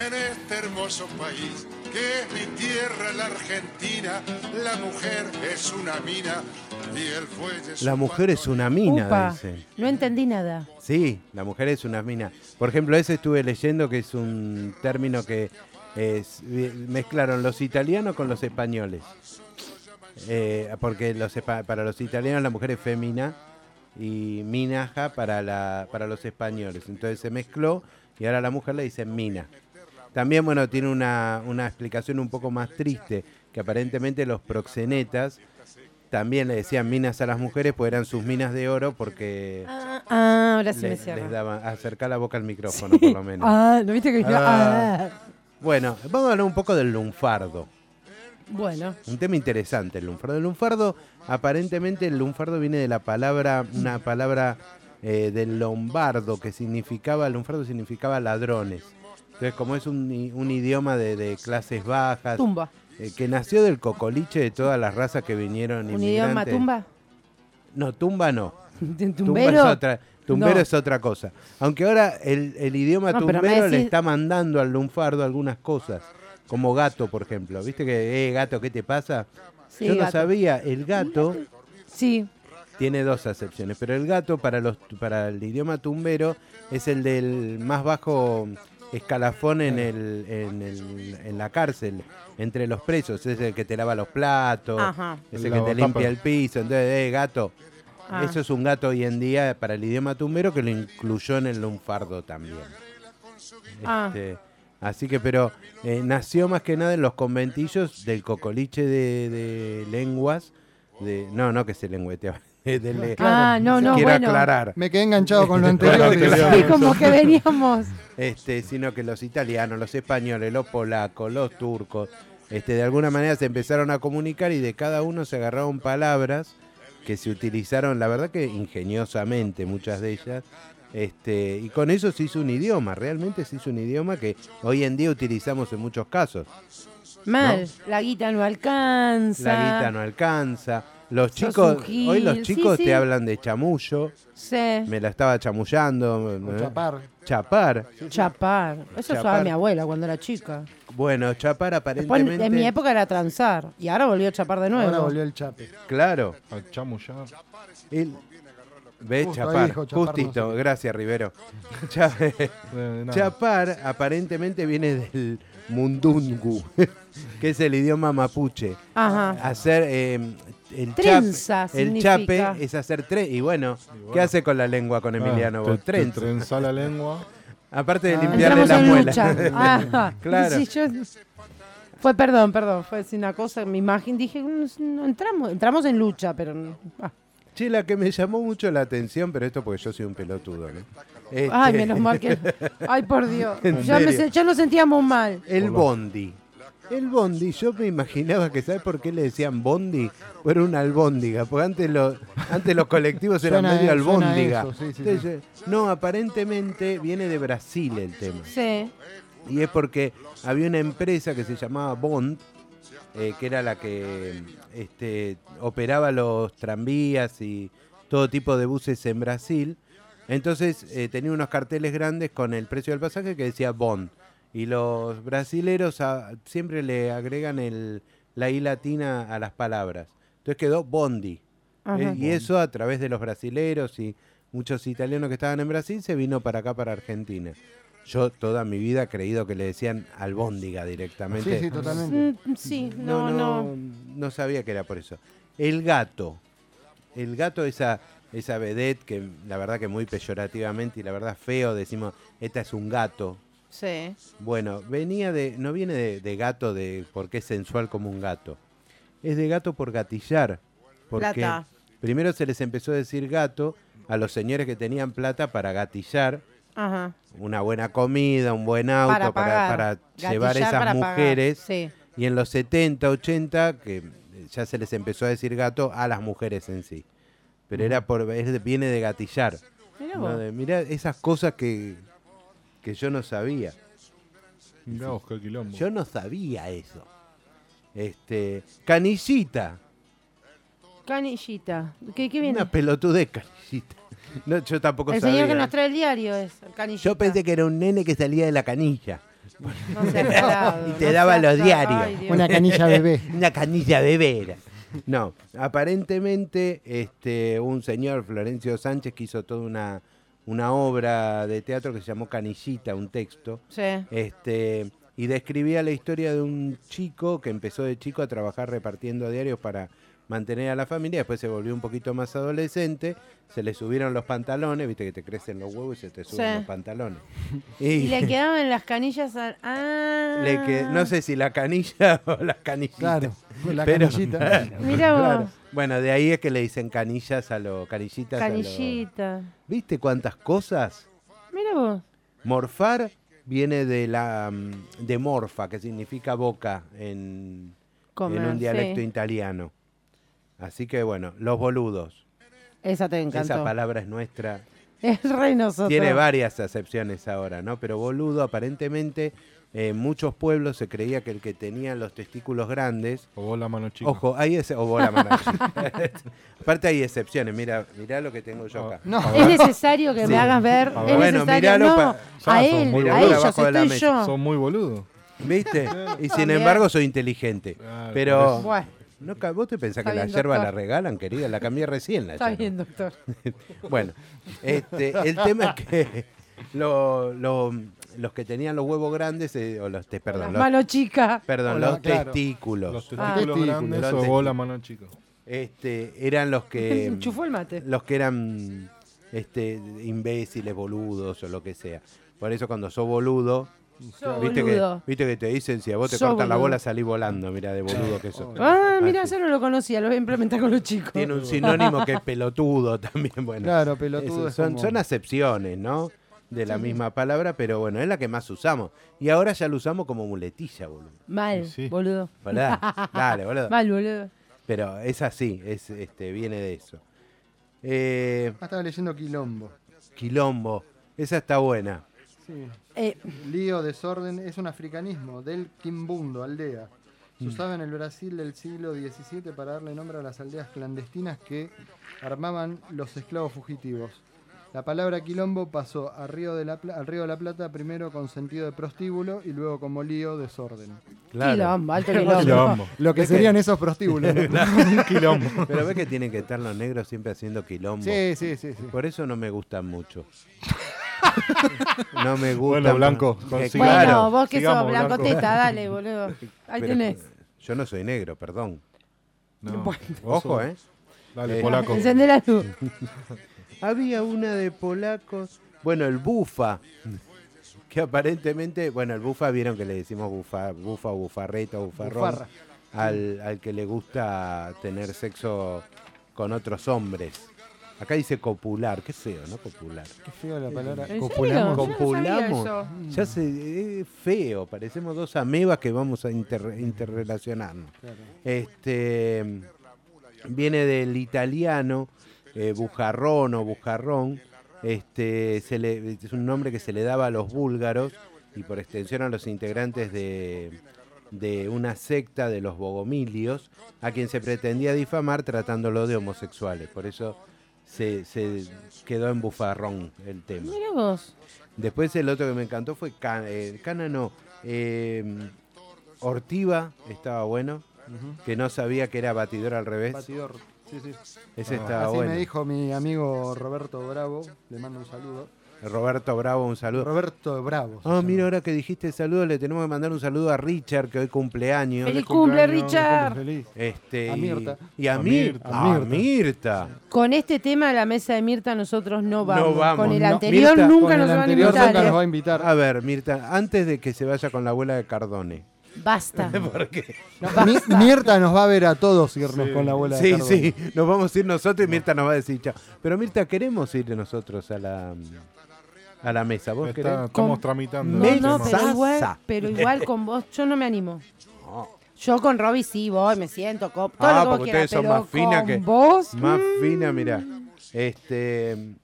Speaker 7: en este hermoso país que es mi tierra, la Argentina. La mujer es una mina y el fuelle es
Speaker 1: La
Speaker 7: un
Speaker 1: mujer es
Speaker 7: batón.
Speaker 1: una mina,
Speaker 3: Upa,
Speaker 1: dicen.
Speaker 3: no entendí nada.
Speaker 1: Sí, la mujer es una mina. Por ejemplo, ese estuve leyendo que es un término que es- eh, mezclaron los italianos con los españoles. Eh, porque los, espa- para los italianos la mujer es femina y minaja para, la, para los españoles. Entonces se mezcló y ahora a la mujer le dicen mina. También, bueno, tiene una, una explicación un poco más triste, que aparentemente los proxenetas también le decían minas a las mujeres, pues eran sus minas de oro porque...
Speaker 3: Ah, ah, ahora sí
Speaker 1: Le-
Speaker 3: me
Speaker 1: les,
Speaker 3: cierra.
Speaker 1: daban, acercá la boca al micrófono, por lo menos.
Speaker 3: Ah, ¿no viste que yo-
Speaker 1: Ah.
Speaker 3: ah.
Speaker 1: Bueno, vamos a hablar un poco del lunfardo.
Speaker 3: Bueno,
Speaker 1: Un tema interesante, el lunfardo. El lunfardo, aparentemente, el lunfardo viene de la palabra, una palabra eh, del lombardo que significaba, el lunfardo significaba ladrones. Entonces, como es un, i- un idioma de, de clases bajas,
Speaker 3: tumba.
Speaker 1: eh, que nació del cocoliche de todas las razas que vinieron
Speaker 3: ¿Un idioma
Speaker 1: inmigrantes.
Speaker 3: tumba?
Speaker 1: No, tumba no.
Speaker 3: ¿Tumbero?
Speaker 1: Tumba es otra, tumbero
Speaker 3: No.
Speaker 1: es otra cosa. Aunque ahora el, el idioma
Speaker 3: No, pero me
Speaker 1: tumbero le
Speaker 3: decís-
Speaker 1: está mandando al lunfardo algunas cosas. Como gato, por ejemplo. ¿Viste que, eh, gato, ¿qué te pasa?
Speaker 3: Sí,
Speaker 1: Yo no
Speaker 3: gato.
Speaker 1: sabía, el gato
Speaker 3: Sí,
Speaker 1: tiene dos acepciones, pero el gato para, los, para el idioma tumbero es el del más bajo escalafón en, el, en, el- en la cárcel, entre los presos. Es el que te lava los platos,
Speaker 3: Ajá.
Speaker 1: es
Speaker 5: El
Speaker 1: el que te
Speaker 5: lavapapa.
Speaker 1: limpia el piso. Entonces, eh, gato.
Speaker 3: Ah.
Speaker 1: Eso es un gato hoy en día para el idioma tumbero que lo incluyó en el lunfardo también.
Speaker 3: Ah.
Speaker 1: Este, así que, pero eh, nació más que nada en los conventillos del cocoliche de, de lenguas. De, no, no que se lengüeteaba. de- de- de-
Speaker 3: Ah, no, no,
Speaker 1: quiero
Speaker 3: bueno.
Speaker 1: aclarar.
Speaker 4: Me quedé enganchado con lo anterior.
Speaker 5: Con lo anterior.
Speaker 3: Sí, como que veníamos.
Speaker 1: Este, sino que los italianos, los españoles, los polacos, los turcos, este, de alguna manera se empezaron a comunicar y de cada uno se agarraron palabras que se utilizaron, la verdad que ingeniosamente muchas de ellas. Este, y con eso se hizo un idioma, realmente se hizo un idioma que hoy en día utilizamos en muchos casos.
Speaker 3: Mal, la guita no alcanza.
Speaker 1: La guita no alcanza. Los
Speaker 3: Sos
Speaker 1: chicos,
Speaker 3: un gil.
Speaker 1: hoy los
Speaker 3: Sí,
Speaker 1: chicos
Speaker 3: sí.
Speaker 1: te hablan de chamullo,
Speaker 3: Sí.
Speaker 1: me la estaba chamullando,
Speaker 4: O
Speaker 1: ¿eh?
Speaker 4: Chapar.
Speaker 1: chapar.
Speaker 3: Chapar. Eso
Speaker 1: Chapar.
Speaker 3: usaba mi abuela cuando era chica.
Speaker 1: Bueno, chapar
Speaker 3: Después,
Speaker 1: aparentemente.
Speaker 3: en mi época era transar. Y ahora volvió a chapar de nuevo.
Speaker 4: Ahora volvió el chape.
Speaker 1: Claro.
Speaker 5: Al Eh, chamullar.
Speaker 1: El... ¿Ves?
Speaker 4: Justo ahí
Speaker 1: chapar.
Speaker 4: dijo chapar,
Speaker 1: Justito.
Speaker 4: no sé.
Speaker 1: Gracias, Rivero. Cha-
Speaker 5: Eh, nada.
Speaker 1: chapar aparentemente viene del mundungu, que es el idioma mapuche.
Speaker 3: Ajá.
Speaker 1: Hacer eh, el
Speaker 3: Trenza
Speaker 1: chape. El chape
Speaker 3: significa.
Speaker 1: es hacer tres. Y bueno, ¿qué hace con la lengua con Emiliano?
Speaker 5: Ah,
Speaker 1: vos?
Speaker 5: te- te
Speaker 1: Trenza.
Speaker 5: Trenzá la lengua.
Speaker 1: Aparte de
Speaker 4: Ah.
Speaker 1: limpiarle
Speaker 3: Entramos
Speaker 1: la
Speaker 3: en
Speaker 1: muela.
Speaker 3: lucha. Ah,
Speaker 1: Claro.
Speaker 3: sí, yo- Fue, perdón, perdón. Fue decir una cosa, mi imagen. Dije, no, no, entramos, entramos en lucha, pero. no. Ah.
Speaker 1: Che, la que me llamó mucho la atención, pero esto porque yo soy un pelotudo, ¿no?
Speaker 3: Ay,
Speaker 1: Este,
Speaker 3: menos mal que. Ay, por Dios.
Speaker 1: En
Speaker 3: Ya, me
Speaker 1: serio.
Speaker 3: se- ya nos sentíamos mal.
Speaker 1: El bondi. El bondi, yo me imaginaba que, ¿sabes por qué le decían bondi? Era una albóndiga, porque antes, lo- antes los colectivos eran
Speaker 4: Suena
Speaker 1: medio
Speaker 4: a- suena a
Speaker 1: albóndiga.
Speaker 4: eso, sí, sí,
Speaker 1: Entonces, No, aparentemente viene de Brasil el tema.
Speaker 3: Sí.
Speaker 1: Y es porque había una empresa que se llamaba Bond, eh, que era la que este, operaba los tranvías y todo tipo de buses en Brasil. Entonces eh, tenía unos carteles grandes con el precio del pasaje que decía Bond. Y los brasileros ah, siempre le agregan el, la I latina a las palabras. Entonces quedó Bondi.
Speaker 3: Ajá.
Speaker 1: Eh, y eso a través de los brasileros y muchos italianos que estaban en Brasil se vino para acá, para Argentina. Yo toda mi vida he creído que le decían albóndiga directamente.
Speaker 4: Sí, sí, totalmente.
Speaker 3: Mm, Sí, no, no.
Speaker 1: no sabía que era por eso. El gato. El gato, esa, esa vedette que la verdad que muy peyorativamente y la verdad feo decimos, esta es un gato.
Speaker 3: Sí.
Speaker 1: Bueno, venía de, no viene de, de gato de porque es sensual como un gato. Es de gato por gatillar. Porque
Speaker 3: Plata.
Speaker 1: primero se les empezó a decir gato a los señores que tenían plata para gatillar,
Speaker 3: Ajá.
Speaker 1: una buena comida, un buen auto, para,
Speaker 3: pagar.
Speaker 1: para
Speaker 3: Gatillar
Speaker 1: llevar esas
Speaker 3: para pagar.
Speaker 1: mujeres.
Speaker 3: Sí.
Speaker 1: Y en los 70, 80, que ya se les empezó a decir gato a las mujeres en sí. Pero era por, es de- viene de gatillar.
Speaker 3: Mirá vos.
Speaker 1: ¿no? De, mirá esas cosas que, que yo no sabía.
Speaker 5: Mirá vos, qué quilombo.
Speaker 1: Yo no sabía eso. Este, canillita.
Speaker 3: Canillita. ¿Qué, qué viene?
Speaker 1: Una pelotudez canillita. No, yo tampoco
Speaker 3: El
Speaker 1: sabía.
Speaker 3: señor que nos trae el diario es el canillita.
Speaker 1: yo pensé que era un nene que salía de la canilla.
Speaker 3: No seas tarado,
Speaker 1: Y te
Speaker 3: no
Speaker 1: daba
Speaker 3: seas
Speaker 1: los
Speaker 3: tar-
Speaker 1: diarios.
Speaker 3: Ay, Dios.
Speaker 4: Una canilla bebé.
Speaker 1: Una canilla bebera. No, aparentemente este, un señor, Florencio Sánchez, que hizo toda una, una obra de teatro que se llamó Canillita, un texto,
Speaker 3: Sí.
Speaker 1: este, y describía la historia de un chico que empezó de chico a trabajar repartiendo diarios para mantener a la familia, después se volvió un poquito más adolescente, se le subieron los pantalones, viste que te crecen los huevos y se te suben
Speaker 3: Sí.
Speaker 1: los pantalones.
Speaker 3: Y le quedaban las canillas al. Ah.
Speaker 1: le que, no sé si la canilla o las canillitas.
Speaker 4: Claro, con la
Speaker 1: Pero-
Speaker 4: canillita.
Speaker 3: Mira vos,
Speaker 1: Claro. Bueno, de ahí es que le dicen canillas a los canillitas. a lo-
Speaker 3: canillita.
Speaker 1: ¿Viste cuántas cosas?
Speaker 3: Mira vos.
Speaker 1: Morfar viene de la mm, de morfa, que significa boca en,
Speaker 3: Comer,
Speaker 1: en un dialecto
Speaker 3: sí.
Speaker 1: italiano. Así que bueno, los boludos.
Speaker 3: Esa te encantó.
Speaker 1: Esa palabra es nuestra.
Speaker 3: Es re nosotros.
Speaker 1: Tiene varias acepciones ahora, ¿no? Pero boludo, aparentemente en muchos pueblos se creía que el que tenía los testículos grandes
Speaker 5: O vos la mano chica.
Speaker 1: Ojo, hay ese, o bola mala. Aparte hay excepciones, mira, mirá lo que tengo yo acá.
Speaker 4: No,
Speaker 3: Es necesario que
Speaker 1: Sí.
Speaker 3: me hagas ver.
Speaker 1: Ah,
Speaker 3: es
Speaker 1: bueno,
Speaker 3: necesario.
Speaker 1: miralo
Speaker 3: No,
Speaker 1: pa-
Speaker 5: Ya,
Speaker 3: a
Speaker 5: son
Speaker 3: él,
Speaker 5: muy
Speaker 3: a
Speaker 5: boludo.
Speaker 3: ellos,
Speaker 1: Abajo de la
Speaker 3: estoy
Speaker 1: mesa.
Speaker 3: yo.
Speaker 5: Son muy boludos.
Speaker 1: ¿Viste? Y sin
Speaker 3: También.
Speaker 1: embargo soy inteligente.
Speaker 5: Claro,
Speaker 1: Pero
Speaker 3: Bueno,
Speaker 1: no, ca- vos te pensás
Speaker 3: Está
Speaker 1: que la
Speaker 3: bien,
Speaker 1: yerba
Speaker 3: doctor.
Speaker 1: la regalan, querida, la cambié recién la
Speaker 3: está
Speaker 1: yerba.
Speaker 3: bien, doctor.
Speaker 1: Bueno, este, el tema es que lo- lo- los que tenían los huevos grandes eh, o los te-
Speaker 3: Las
Speaker 1: perdón, los,
Speaker 3: Mano chica.
Speaker 1: perdón,
Speaker 4: O
Speaker 1: los
Speaker 4: la- claro.
Speaker 1: testículos.
Speaker 5: Los
Speaker 3: Ah.
Speaker 5: testículos grandes
Speaker 1: Los
Speaker 5: o
Speaker 1: testículos.
Speaker 5: vos la mano chica.
Speaker 1: Este, eran los que
Speaker 3: Enchufó el mate.
Speaker 1: los que eran este, imbéciles, boludos o lo que sea. Por eso cuando sos boludo,
Speaker 3: Yo,
Speaker 1: viste que,
Speaker 3: boludo.
Speaker 1: viste que te dicen si a vos te
Speaker 3: Sos
Speaker 1: cortan la
Speaker 3: boludo.
Speaker 1: bola salís volando, mira de boludo que sos.
Speaker 3: Ah, mira,
Speaker 1: Así.
Speaker 3: yo no lo conocía, lo voy a implementar con los chicos.
Speaker 1: Tiene un sinónimo que es pelotudo también, bueno.
Speaker 4: claro,
Speaker 1: Eso,
Speaker 4: pelotudo. es
Speaker 1: son,
Speaker 4: como-
Speaker 1: son acepciones, ¿no? De la misma palabra, pero bueno, es la que más usamos. Y ahora ya lo usamos como muletilla, boludo.
Speaker 3: Mal,
Speaker 5: Sí.
Speaker 3: boludo.
Speaker 1: ¿Verdad? Dale, boludo.
Speaker 3: Mal, boludo.
Speaker 1: Pero es así, es, este, viene de eso. Eh,
Speaker 4: Ah, estaba leyendo quilombo.
Speaker 1: quilombo, esa está buena.
Speaker 4: Sí.
Speaker 3: Eh,
Speaker 4: Lío, desorden, es un africanismo del Quimbundo, aldea. Se usaba en el Brasil del siglo XVII para darle nombre a las aldeas clandestinas que armaban los esclavos fugitivos. La palabra quilombo pasó a Río de la Pla- al Río de la Plata primero con sentido de prostíbulo y luego como lío, desorden.
Speaker 1: Claro.
Speaker 3: Quilombo, alto quilombo.
Speaker 5: Quilombo.
Speaker 4: Lo que serían esos prostíbulos.
Speaker 5: Un quilombo.
Speaker 1: Pero ves que tienen que estar los negros siempre haciendo quilombo.
Speaker 4: sí, sí, sí. sí.
Speaker 1: Por eso no me gustan mucho. No me gustan.
Speaker 5: Bueno, Blanco,
Speaker 1: Eh,
Speaker 5: consigue-
Speaker 3: Bueno,
Speaker 1: claro,
Speaker 3: vos que
Speaker 5: sigamos,
Speaker 3: sos blanco
Speaker 5: Blanco.
Speaker 3: teta, dale, boludo. Ahí
Speaker 1: pero
Speaker 3: tenés.
Speaker 1: Yo no soy negro, perdón.
Speaker 5: No. Vos
Speaker 1: Ojo,
Speaker 5: sos-
Speaker 1: ¿eh?
Speaker 5: Dale,
Speaker 1: Eh,
Speaker 5: polaco.
Speaker 3: Encendé la luz.
Speaker 1: Había una de polacos. Bueno, el bufa. Que aparentemente, bueno, el bufa vieron que le decimos bufa, bufa, bufarreta, bufarrón.
Speaker 4: Bufarra.
Speaker 1: Al, al que le gusta tener sexo con otros hombres. Acá dice copular, qué feo, ¿no? Copular.
Speaker 4: Qué feo la palabra.
Speaker 3: ¿En
Speaker 4: Copulamos.
Speaker 3: serio? Yo no sabía
Speaker 1: Copulamos.
Speaker 3: eso.
Speaker 1: Ya se es feo, parecemos dos amebas que vamos a inter- interrelacionarnos. Este viene del italiano eh, bujarrón o bujarrón. Este se le- es un nombre que se le daba a los búlgaros y por extensión a los integrantes de de una secta de los bogomilios a quien se pretendía difamar tratándolo de homosexuales. Por eso se, se quedó en bufarrón el tema.
Speaker 3: Mira vos.
Speaker 1: Después el otro que me encantó fue Can- eh, Cana, no. eh, Ortiva estaba bueno, que no sabía que era batidor al revés.
Speaker 4: Batidor. Sí, sí.
Speaker 1: Ese estaba
Speaker 4: Ah. Así
Speaker 1: bueno.
Speaker 4: me dijo mi amigo Roberto Bravo. Le mando un saludo.
Speaker 1: Roberto Bravo, un saludo.
Speaker 4: Roberto Bravo. se
Speaker 1: Ah,
Speaker 4: llama.
Speaker 1: mira, ahora que dijiste saludo, le tenemos que mandar un saludo a Richard, que hoy cumpleaños.
Speaker 3: Feliz cumple,
Speaker 4: cumpleaños,
Speaker 3: Richard.
Speaker 4: cumple feliz.
Speaker 1: Este,
Speaker 4: A
Speaker 1: y-
Speaker 4: Mirta.
Speaker 1: Y a,
Speaker 5: A
Speaker 1: Mir-
Speaker 5: Mirta.
Speaker 1: a Mirta.
Speaker 4: A Mirta.
Speaker 3: Con este tema a la mesa de Mirta nosotros no vamos.
Speaker 1: vamos,
Speaker 3: Con el
Speaker 1: no.
Speaker 3: anterior
Speaker 1: Mirta,
Speaker 4: Con
Speaker 3: nunca
Speaker 4: el
Speaker 3: nos van a
Speaker 4: anterior
Speaker 3: invitar.
Speaker 4: nunca
Speaker 3: eh.
Speaker 4: nos va a invitar.
Speaker 1: A ver, Mirta, antes de que se vaya con la abuela de Cardone.
Speaker 3: Basta.
Speaker 4: Mi- Mirta nos va a ver a todos irnos con la abuela. de
Speaker 1: Sí,
Speaker 4: Cardone.
Speaker 1: sí, nos vamos a ir nosotros y Mirta nos va a decir chao. Pero Mirta, queremos ir nosotros a la a la mesa. ¿Vos
Speaker 5: Está-
Speaker 1: querés?
Speaker 5: estamos
Speaker 3: Con-
Speaker 5: tramitando.
Speaker 3: No,
Speaker 5: el
Speaker 3: no,
Speaker 5: tema.
Speaker 3: pero igual,
Speaker 1: Sansa.
Speaker 3: pero igual con vos yo no me animo. Yo con Robbie sí voy, me siento cop. Todo
Speaker 1: Ah,
Speaker 3: lo que vos
Speaker 1: porque
Speaker 3: quieras,
Speaker 1: ustedes son
Speaker 3: pero
Speaker 1: más fina
Speaker 3: con
Speaker 1: que-
Speaker 3: vos, mm.
Speaker 1: Más fina, mirá. Este,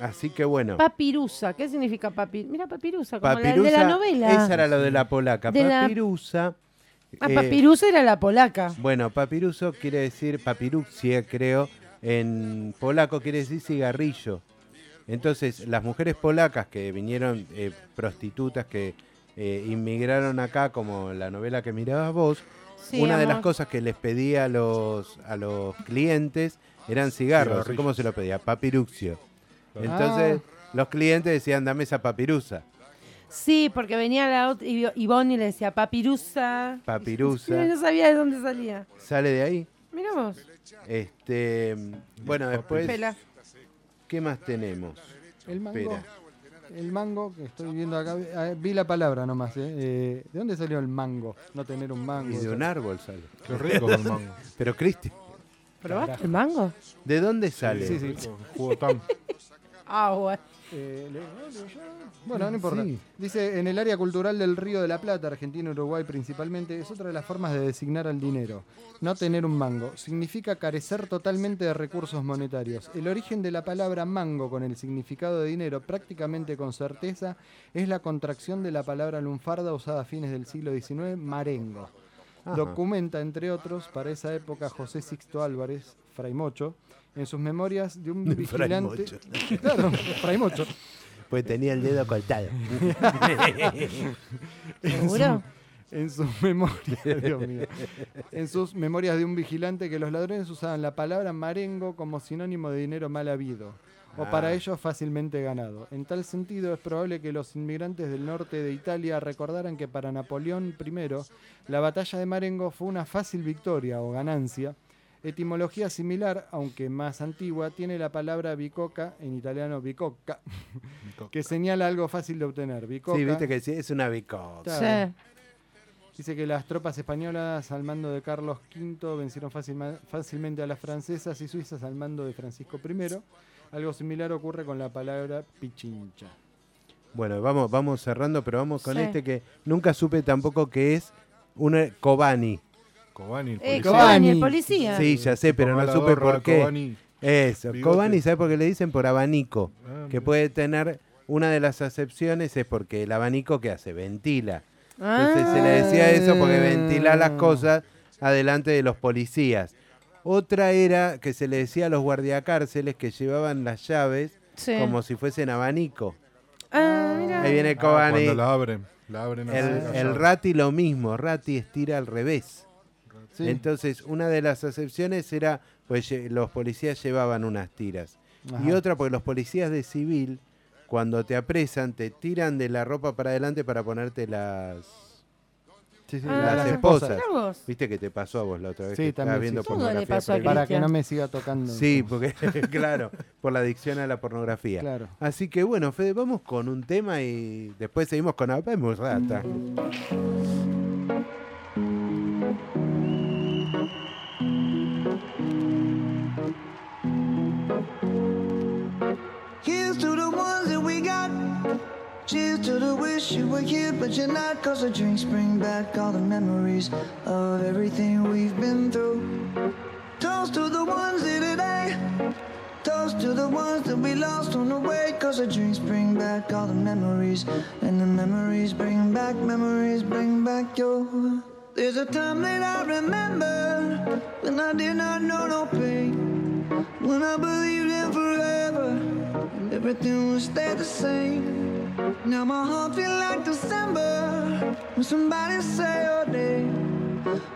Speaker 1: así que bueno.
Speaker 3: papirusa. ¿Qué significa papirusa? Mira papirusa, como la-
Speaker 1: Papirusa,
Speaker 3: de la novela.
Speaker 1: Esa era lo de la polaca.
Speaker 3: De la-
Speaker 1: papirusa.
Speaker 3: Ah,
Speaker 1: eh,
Speaker 3: papirusa era la polaca.
Speaker 1: Bueno, papiruso quiere decir, papiruxia creo, en polaco quiere decir cigarrillo. Entonces, las mujeres polacas que vinieron, eh, prostitutas que eh, inmigraron acá, como la novela que mirabas vos,
Speaker 3: Sí,
Speaker 1: una de
Speaker 3: amor.
Speaker 1: las cosas que les pedía a los, a los clientes eran cigarros.
Speaker 5: Cigarrillos.
Speaker 1: ¿Cómo se lo pedía? Papiruxio.
Speaker 3: Ah.
Speaker 1: Entonces, los clientes decían, dame esa papirusa.
Speaker 3: Sí, porque venía la otra y Ivonne y le decía papirusa. Yo
Speaker 1: Papirusa.
Speaker 3: no sabía de dónde salía.
Speaker 1: Sale de ahí.
Speaker 3: Mirá vos.
Speaker 1: Este, bueno, después,
Speaker 3: Pela.
Speaker 1: ¿qué más tenemos?
Speaker 4: El mango.
Speaker 1: Espera.
Speaker 4: El mango que estoy viendo acá, eh, vi la palabra nomás. eh. Eh, ¿De dónde salió el mango? No tener un mango.
Speaker 1: Y de
Speaker 4: o
Speaker 1: un
Speaker 4: sea.
Speaker 1: árbol sale.
Speaker 5: Qué rico el mango.
Speaker 1: Pero, Cristi,
Speaker 3: ¿Probaste el mango?
Speaker 1: ¿de dónde sale?
Speaker 4: Sí, sí.
Speaker 5: Rico, Jugo tam.
Speaker 3: Ah, bueno.
Speaker 4: Eh, le- leo yo. bueno, no importa.
Speaker 5: Sí.
Speaker 4: Dice, en el área cultural del Río de la Plata, Argentina y Uruguay principalmente, es otra de las formas de designar al dinero. No tener un mango. Significa carecer totalmente de recursos monetarios. El origen de la palabra mango con el significado de dinero prácticamente con certeza es la contracción de la palabra lunfarda usada a fines del siglo XIX, marengo.
Speaker 1: Ajá.
Speaker 4: Documenta, entre otros, para esa época José Sixto Álvarez, Fray Mocho, en sus memorias de un
Speaker 1: Fray
Speaker 4: vigilante.
Speaker 1: Mocho.
Speaker 4: Claro, Fray Mocho.
Speaker 1: Pues tenía el dedo cortado.
Speaker 3: ¿Seguro?
Speaker 4: En sus memorias, Dios mío. En sus memorias de un vigilante que los ladrones usaban la palabra marengo como sinónimo de dinero mal habido o para
Speaker 1: Ah.
Speaker 4: ellos fácilmente ganado. En tal sentido, es probable que los inmigrantes del norte de Italia recordaran que para Napoleón I la batalla de Marengo fue una fácil victoria o ganancia. Etimología similar, aunque más antigua, tiene la palabra bicoca, en italiano bicocca, que señala algo fácil de obtener. Bicoca,
Speaker 1: Sí, viste que sí, es una bicoca.
Speaker 4: Claro. Dice que las tropas españolas al mando de Carlos V vencieron fácilma- fácilmente a las francesas y suizas al mando de Francisco I. Algo similar ocurre con la palabra pichincha.
Speaker 1: Bueno, vamos, vamos cerrando, pero vamos con
Speaker 3: Sí.
Speaker 1: este que nunca supe tampoco que es un Kobani.
Speaker 5: Kobani, el
Speaker 3: Eh,
Speaker 5: policía.
Speaker 3: Cobani, el
Speaker 4: Cobani.
Speaker 3: policía.
Speaker 1: Sí, ya sé, pero
Speaker 5: Tomá
Speaker 1: no
Speaker 5: la
Speaker 1: supe
Speaker 5: gorra,
Speaker 1: por qué.
Speaker 5: Kobani.
Speaker 1: Eso,
Speaker 5: Bigote.
Speaker 1: Kobani, ¿sabes por qué le dicen? Por abanico,
Speaker 5: Ah,
Speaker 1: que
Speaker 5: mira.
Speaker 1: puede tener una de las acepciones es porque el abanico que hace ventila.
Speaker 3: Ah,
Speaker 1: Entonces se le decía eso porque ventila
Speaker 4: Ah.
Speaker 1: las cosas adelante de los policías. Otra era que se le decía a los guardiacárceles que llevaban las llaves
Speaker 3: Sí.
Speaker 1: como si fuesen abanico.
Speaker 3: Ah, mira.
Speaker 1: Ahí viene
Speaker 5: Ah,
Speaker 1: Kobani.
Speaker 5: Cuando la abren, la abren así,
Speaker 1: El,
Speaker 5: allá.
Speaker 1: el Rati lo mismo, Rati estira al revés.
Speaker 4: Sí.
Speaker 1: Entonces, una de las acepciones era, pues lle- los policías llevaban unas tiras. Y
Speaker 4: Ajá.
Speaker 1: otra, porque los policías de civil, cuando te apresan, te tiran de la ropa para adelante para ponerte las...
Speaker 4: Sí, sí,
Speaker 3: Ah,
Speaker 4: la-
Speaker 1: las
Speaker 4: la-
Speaker 1: esposas.
Speaker 3: Mirá vos.
Speaker 1: Viste que te pasó a vos la otra vez.
Speaker 4: Sí,
Speaker 1: que estabas
Speaker 4: también, sí.
Speaker 1: viendo
Speaker 3: Todo le
Speaker 1: pornografía
Speaker 3: pasó a
Speaker 1: prohibida.
Speaker 4: Para que
Speaker 3: Cristian.
Speaker 4: no me siga tocando.
Speaker 1: Sí, pues, porque, claro, por la adicción a la pornografía.
Speaker 4: Claro.
Speaker 1: Así que bueno, Fede, vamos con un tema y después seguimos con Apemus Rata.
Speaker 6: Here's to the ones that we got. Cheers to the wish you were here, but you're not. Cause the drinks bring back all the memories of everything we've been through. Toast to the ones here today. Toast to the ones that we lost on the way. Cause the drinks bring back all the memories. And the memories bring back, memories bring back your. There's a time that I remember when I did not know no pain. When I believed in forever. And everything will stay the same. Now my heart feel like December when somebody say your name.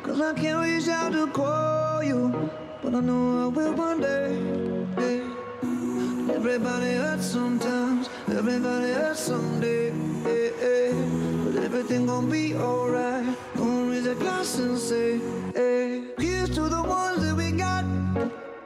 Speaker 6: Cause I can't reach out to call you, but I know I will one day. Yeah. Everybody hurts sometimes, everybody hurts someday. Yeah, yeah. But everything gonna be alright. Gonna raise a glass and say, hey. Here's to the ones that we got.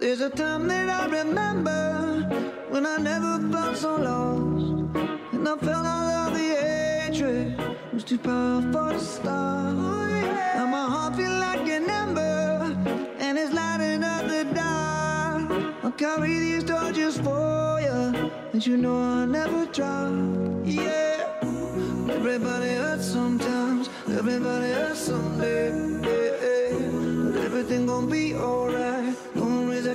Speaker 6: There's a time that I remember when I never felt so lost. And I felt all of the hatred was too powerful to stop. Now my heart feel like an ember, and it's lighting up the dark. I'll carry these torches for you, and you know I'll never drop. Yeah. Everybody hurts sometimes, everybody hurts someday. eh, eh. But everything gonna be alright. Gonna raise a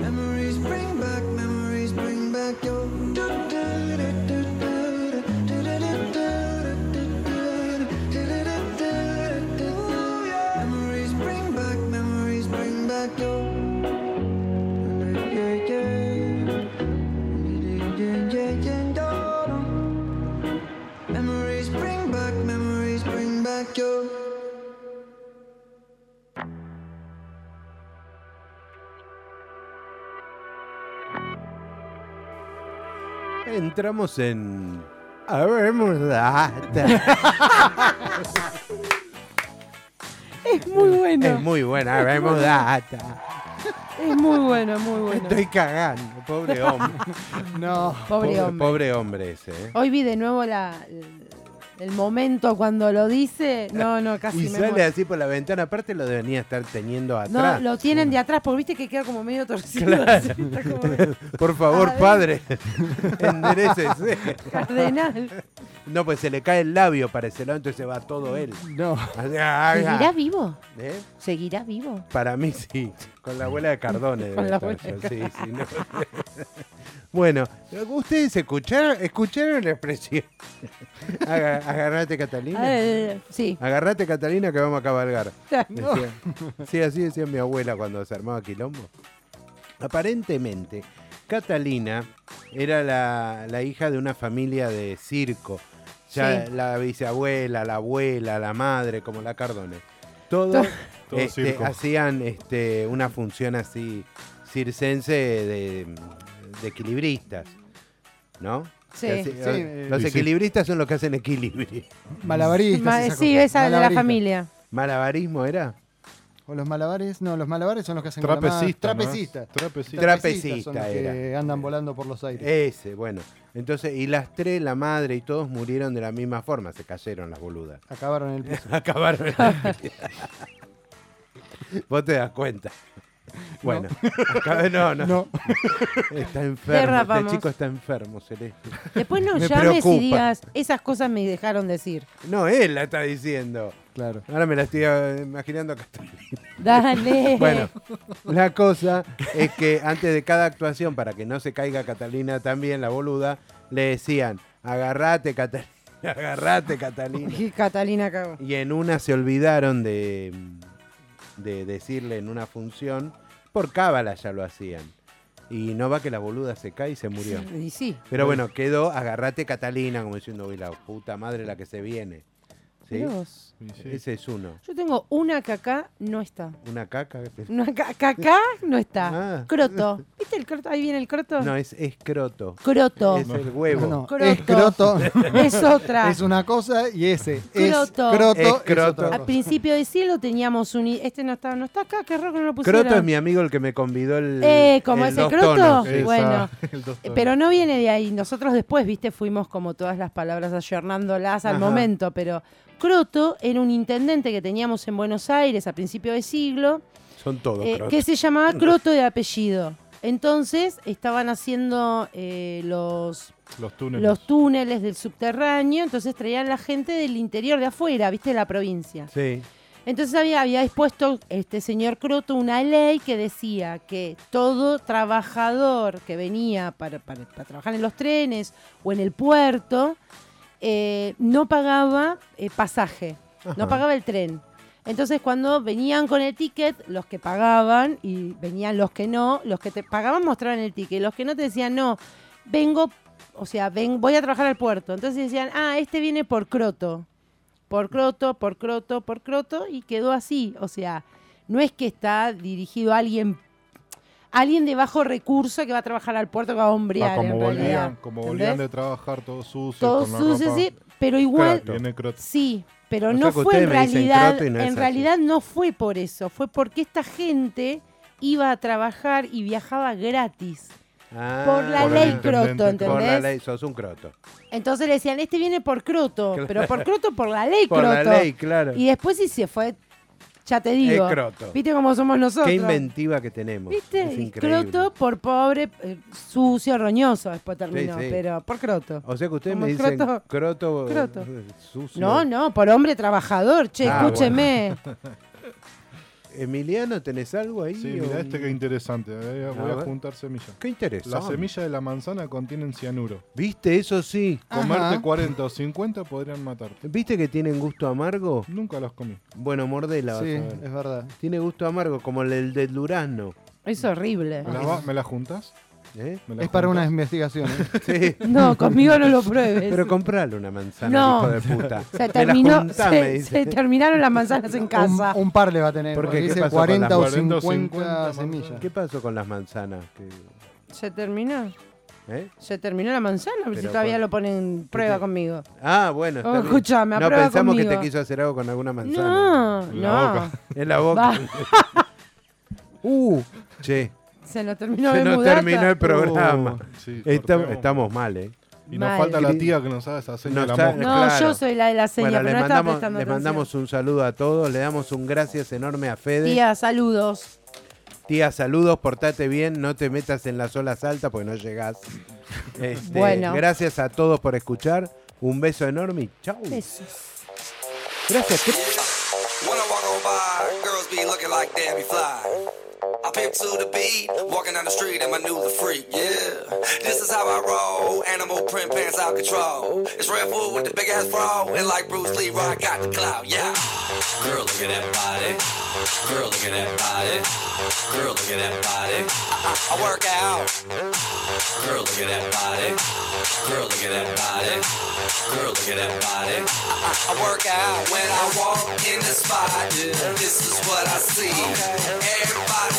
Speaker 6: Memories bring back, memories bring back your. Memories bring back, memories bring back your. Memories bring back, memories bring back your
Speaker 1: Entramos en. A ver, mordata.
Speaker 3: Es muy bueno.
Speaker 1: Es muy buena, a ver, mordata.
Speaker 3: Es muy bueno, es muy bueno.
Speaker 1: Estoy cagando, pobre hombre.
Speaker 4: No.
Speaker 3: Pobre hombre.
Speaker 1: Pobre hombre ese, ¿eh?
Speaker 3: Hoy vi de nuevo la, el, el momento cuando lo dice. No, no, casi
Speaker 1: Y
Speaker 3: me
Speaker 1: sale
Speaker 3: muero.
Speaker 1: así por la ventana, aparte lo debería estar teniendo
Speaker 3: No,
Speaker 1: atrás.
Speaker 3: lo tienen de atrás porque viste que queda como medio torcido. así, está como medio
Speaker 1: Por favor,
Speaker 3: A ver.
Speaker 1: padre, enderecese.
Speaker 3: cardenal.
Speaker 1: No, pues se le cae el labio para ese lado, entonces se va todo él.
Speaker 4: No.
Speaker 1: Así,
Speaker 3: Pues
Speaker 1: ay,
Speaker 2: ¿Seguirá
Speaker 1: ay.
Speaker 2: vivo?
Speaker 1: ¿Eh?
Speaker 2: ¿Seguirá vivo?
Speaker 1: Para mí sí, con la abuela de Cardone. debe
Speaker 3: Con la
Speaker 1: estar
Speaker 3: abuela
Speaker 1: yo, sí, sí, no. Bueno, ¿ustedes escucharon, escucharon la expresión? Aga- agarrate, Catalina.
Speaker 3: Ay, sí.
Speaker 1: Agarrate, Catalina, que vamos a cabalgar.
Speaker 3: No.
Speaker 1: Decía- Sí, así decía mi abuela cuando se armaba quilombo. Aparentemente, Catalina era la, la hija de una familia de circo. Ya la bisabuela, la abuela, la madre, como la Cardone. Todos
Speaker 5: Todo
Speaker 1: este,
Speaker 5: circo.
Speaker 1: hacían este, una función así circense de, de equilibristas, ¿no?
Speaker 3: Sí.
Speaker 1: Que así-
Speaker 4: Sí, eh,
Speaker 1: los
Speaker 5: sí, sí.
Speaker 1: equilibristas son los que hacen equilibrio.
Speaker 4: Malabaristas.
Speaker 3: Ma-
Speaker 4: esas
Speaker 3: sí,
Speaker 4: cosas.
Speaker 3: esa de la
Speaker 4: Malabaristas.
Speaker 3: familia.
Speaker 1: ¿Malabarismo era?
Speaker 4: O los malabares. No, los malabares son los que hacen con la mano.
Speaker 5: Trapecista. ¿no?
Speaker 4: Trapecistas.
Speaker 5: Trapecista.
Speaker 1: Trapecista Eh.
Speaker 4: son los que andan volando por los aires.
Speaker 1: Ese, bueno. Entonces, y las tres, la madre y todos murieron de la misma forma, se cayeron las boludas.
Speaker 4: Acabaron el piso.
Speaker 1: Acabaron la vida. Vos te das cuenta. Bueno, acá- no, no,
Speaker 4: No.
Speaker 1: Está enfermo. Este
Speaker 3: Derrapamos.
Speaker 1: chico está enfermo, Celeste.
Speaker 3: Después no
Speaker 1: Me
Speaker 3: llames y
Speaker 1: preocupa.
Speaker 3: digas, esas cosas me dejaron decir.
Speaker 1: No, él la está diciendo.
Speaker 4: Claro.
Speaker 1: Ahora me la estoy eh, imaginando acá.
Speaker 3: Dale.
Speaker 1: Bueno, la cosa es que antes de cada actuación, para que no se caiga Catalina también, la boluda, le decían, agarrate Catalina, agarrate Catalina.
Speaker 3: Y Catalina cagó.
Speaker 1: Y en una se olvidaron de, de decirle en una función, por cábala ya lo hacían. Y no va que la boluda se cae y se murió.
Speaker 3: Y sí.
Speaker 1: Pero bueno, quedó, agarrate Catalina, como diciendo, uy, la puta madre la que se viene. ¿Sí?
Speaker 3: Mirá vos.
Speaker 5: Sí, sí.
Speaker 1: Ese es uno.
Speaker 3: Yo tengo una que acá no está.
Speaker 1: Una caca.
Speaker 3: Una ca- que acá no está.
Speaker 1: Ah.
Speaker 3: Croto. ¿Viste el croto? Ahí viene el croto.
Speaker 1: No, es escroto.
Speaker 3: Croto.
Speaker 1: Es el huevo.
Speaker 4: No,
Speaker 3: Croto.
Speaker 4: es eh, croto.
Speaker 3: Es otra.
Speaker 4: es una cosa y ese. Es
Speaker 3: Croto.
Speaker 4: croto.
Speaker 1: Es
Speaker 4: es otra
Speaker 1: croto.
Speaker 4: cosa.
Speaker 3: Al principio de cielo teníamos un... Este no está, no está acá, qué raro que no lo pusieron.
Speaker 1: Croto es mi amigo el que me convidó el.
Speaker 3: Eh, como
Speaker 1: el
Speaker 3: ese
Speaker 1: dos
Speaker 3: croto.
Speaker 1: tonos,
Speaker 5: Esa,
Speaker 1: sí.
Speaker 3: Bueno.
Speaker 5: el dos
Speaker 3: Eh,
Speaker 5: tonos.
Speaker 3: Pero no viene de ahí. Nosotros después, viste, fuimos como todas las palabras ayornándolas al
Speaker 1: Ajá.
Speaker 3: momento, pero Croto era un intendente que teníamos en Buenos Aires a principio de siglo,
Speaker 1: Son todos
Speaker 3: eh,
Speaker 1: crotos.
Speaker 3: que se llamaba Croto de apellido. Entonces estaban haciendo eh, los,
Speaker 5: Los túneles.
Speaker 3: los túneles del subterráneo, entonces traían la gente del interior de afuera, viste, de la provincia.
Speaker 1: Sí.
Speaker 3: Entonces había, había dispuesto este señor Croto una ley que decía que todo trabajador que venía para, para- para trabajar en los trenes o en el puerto eh, no pagaba eh, pasaje,
Speaker 1: Ajá.
Speaker 3: no pagaba el tren. Entonces cuando venían con el ticket, los que pagaban y venían los que no, los que te pagaban mostraban el ticket, los que no te decían no, vengo, o sea, ven, voy a trabajar al puerto. Entonces decían, ah, este viene por Croto por Croto, por Croto, por Croto, y quedó así. O sea, no es que está dirigido a alguien alguien de bajo recurso que va a trabajar al puerto que va a hombrear.
Speaker 5: Ah, como
Speaker 3: en realidad,
Speaker 5: volvían, como volvían
Speaker 3: ¿entendés?
Speaker 5: de trabajar todos sucios.
Speaker 3: Todos
Speaker 5: con la
Speaker 3: sucios,
Speaker 5: ropa.
Speaker 3: sí, pero igual
Speaker 5: Croto. Viene croto.
Speaker 3: Sí, pero
Speaker 1: O sea
Speaker 3: no
Speaker 1: que
Speaker 3: fue en
Speaker 1: ustedes me dicen
Speaker 3: realidad,
Speaker 1: croto y no es
Speaker 3: en
Speaker 1: así.
Speaker 3: realidad no fue por eso, fue porque esta gente iba a trabajar y viajaba gratis.
Speaker 1: Ah,
Speaker 3: por la
Speaker 5: por el
Speaker 3: ley
Speaker 5: intendente,
Speaker 3: croto,
Speaker 5: por
Speaker 1: Por la
Speaker 3: ¿entendés?
Speaker 1: ley, sos un croto.
Speaker 3: Entonces le decían, este viene por croto, pero por croto por la ley
Speaker 1: Por la
Speaker 3: croto.
Speaker 1: ley, claro.
Speaker 3: Y después sí se fue, ya te digo,
Speaker 1: Es croto.
Speaker 3: viste cómo somos nosotros.
Speaker 1: Qué inventiva que tenemos. Es
Speaker 3: ¿Viste?
Speaker 1: increíble.
Speaker 3: Croto por pobre, eh, sucio, roñoso, después terminó,
Speaker 1: sí.
Speaker 3: pero por croto.
Speaker 1: O sea que ustedes
Speaker 3: Como
Speaker 1: me
Speaker 3: el
Speaker 1: dicen
Speaker 3: croto.
Speaker 1: croto, croto,
Speaker 3: Croto.
Speaker 1: eh, sucio.
Speaker 3: No, no, por hombre trabajador, che,
Speaker 1: Ah,
Speaker 3: escúcheme.
Speaker 1: Emiliano, ¿tenés algo ahí?
Speaker 5: Sí,
Speaker 1: o-
Speaker 5: mirá este que interesante. eh, Voy
Speaker 1: A
Speaker 5: a
Speaker 1: ver.
Speaker 5: juntar semillas.
Speaker 1: Qué interesante.
Speaker 5: Las semillas de la manzana contienen cianuro.
Speaker 1: ¿Viste? Eso sí.
Speaker 4: Ajá.
Speaker 5: Comerte 40 o 50 podrían matarte.
Speaker 1: ¿Viste que tienen gusto amargo?
Speaker 5: Nunca los comí.
Speaker 1: Bueno, mordela. vas
Speaker 4: Sí,
Speaker 1: a ver.
Speaker 4: es verdad.
Speaker 1: Tiene gusto amargo, como el del durazno.
Speaker 3: Es horrible.
Speaker 5: ¿Me las va- ¿Me las juntas?
Speaker 1: ¿eh?
Speaker 5: ¿Me las
Speaker 4: Es para una
Speaker 5: juntas?
Speaker 4: investigación. ¿eh?
Speaker 1: Sí.
Speaker 3: No, conmigo no lo pruebes.
Speaker 1: Pero comprale una manzana,
Speaker 3: No.
Speaker 1: hijo de puta.
Speaker 3: se,
Speaker 1: Me la
Speaker 3: terminó,
Speaker 1: juntá,
Speaker 3: se-
Speaker 1: me dice.
Speaker 3: se terminaron las manzanas en casa.
Speaker 4: Un, un par le va a tener.
Speaker 1: ¿Por qué?
Speaker 4: Porque
Speaker 1: ¿Qué
Speaker 4: dice
Speaker 1: pasó con
Speaker 4: 40 o
Speaker 5: las
Speaker 4: 50,
Speaker 5: 50
Speaker 4: semillas.
Speaker 1: ¿Qué pasó con las manzanas? Que-
Speaker 3: ¿Se terminó?
Speaker 1: ¿eh?
Speaker 3: ¿Se terminó la manzana? A ver si
Speaker 1: Pero,
Speaker 3: todavía
Speaker 1: ¿cuál?
Speaker 3: lo ponen en prueba
Speaker 1: ¿Qué?
Speaker 3: conmigo.
Speaker 1: Ah, bueno.
Speaker 3: Oh,
Speaker 1: está bien.
Speaker 3: escuchame,
Speaker 1: No,
Speaker 3: aprueba
Speaker 1: pensamos que
Speaker 3: conmigo.
Speaker 1: te quiso hacer algo con alguna manzana.
Speaker 3: No,
Speaker 5: En la
Speaker 3: no.
Speaker 5: boca.
Speaker 1: En la boca.
Speaker 3: Va,
Speaker 1: Uh, che,
Speaker 3: se nos terminó
Speaker 1: se
Speaker 3: de
Speaker 1: nos
Speaker 3: mudar.
Speaker 1: terminó el programa.
Speaker 5: Oh, sí,
Speaker 1: Estamos,
Speaker 5: cortemos.
Speaker 1: estamos mal, ¿eh?
Speaker 5: Y nos
Speaker 3: Mal.
Speaker 5: falta la tía que nos haga esa seña de
Speaker 1: Nos
Speaker 5: la
Speaker 1: ha-
Speaker 5: mosca.
Speaker 3: No,
Speaker 1: Claro.
Speaker 3: yo soy la de la seña,
Speaker 1: bueno,
Speaker 3: pero
Speaker 1: le
Speaker 3: no estaba
Speaker 1: mandamos,
Speaker 3: prestando
Speaker 1: le
Speaker 3: atención.
Speaker 1: mandamos un saludo a todos, le damos un gracias enorme a Fede. Tía,
Speaker 3: Tía, saludos.
Speaker 1: saludos, portate bien, no te metas en las olas altas porque no llegás. Este,
Speaker 3: Bueno.
Speaker 1: Gracias a todos por escuchar, un beso enorme y chau.
Speaker 3: Besos.
Speaker 1: Gracias. Cris.
Speaker 6: When I walk on by, girls be looking like they be fly. I pimp to the beat, walking down the street and my new the freak, yeah. This is how I roll, animal print pants out control. It's Red Bull with the big ass bra, and like Bruce Lee, I got the clout, yeah. Girl, look at that body. Girl, look at that body. Girl, look at that body. I, I- I work out. Girl, look at that body. Girl, look at that body. Girl, look at that body. I, I, I work out when I walk in the spot. yeah, This is what I see. Everybody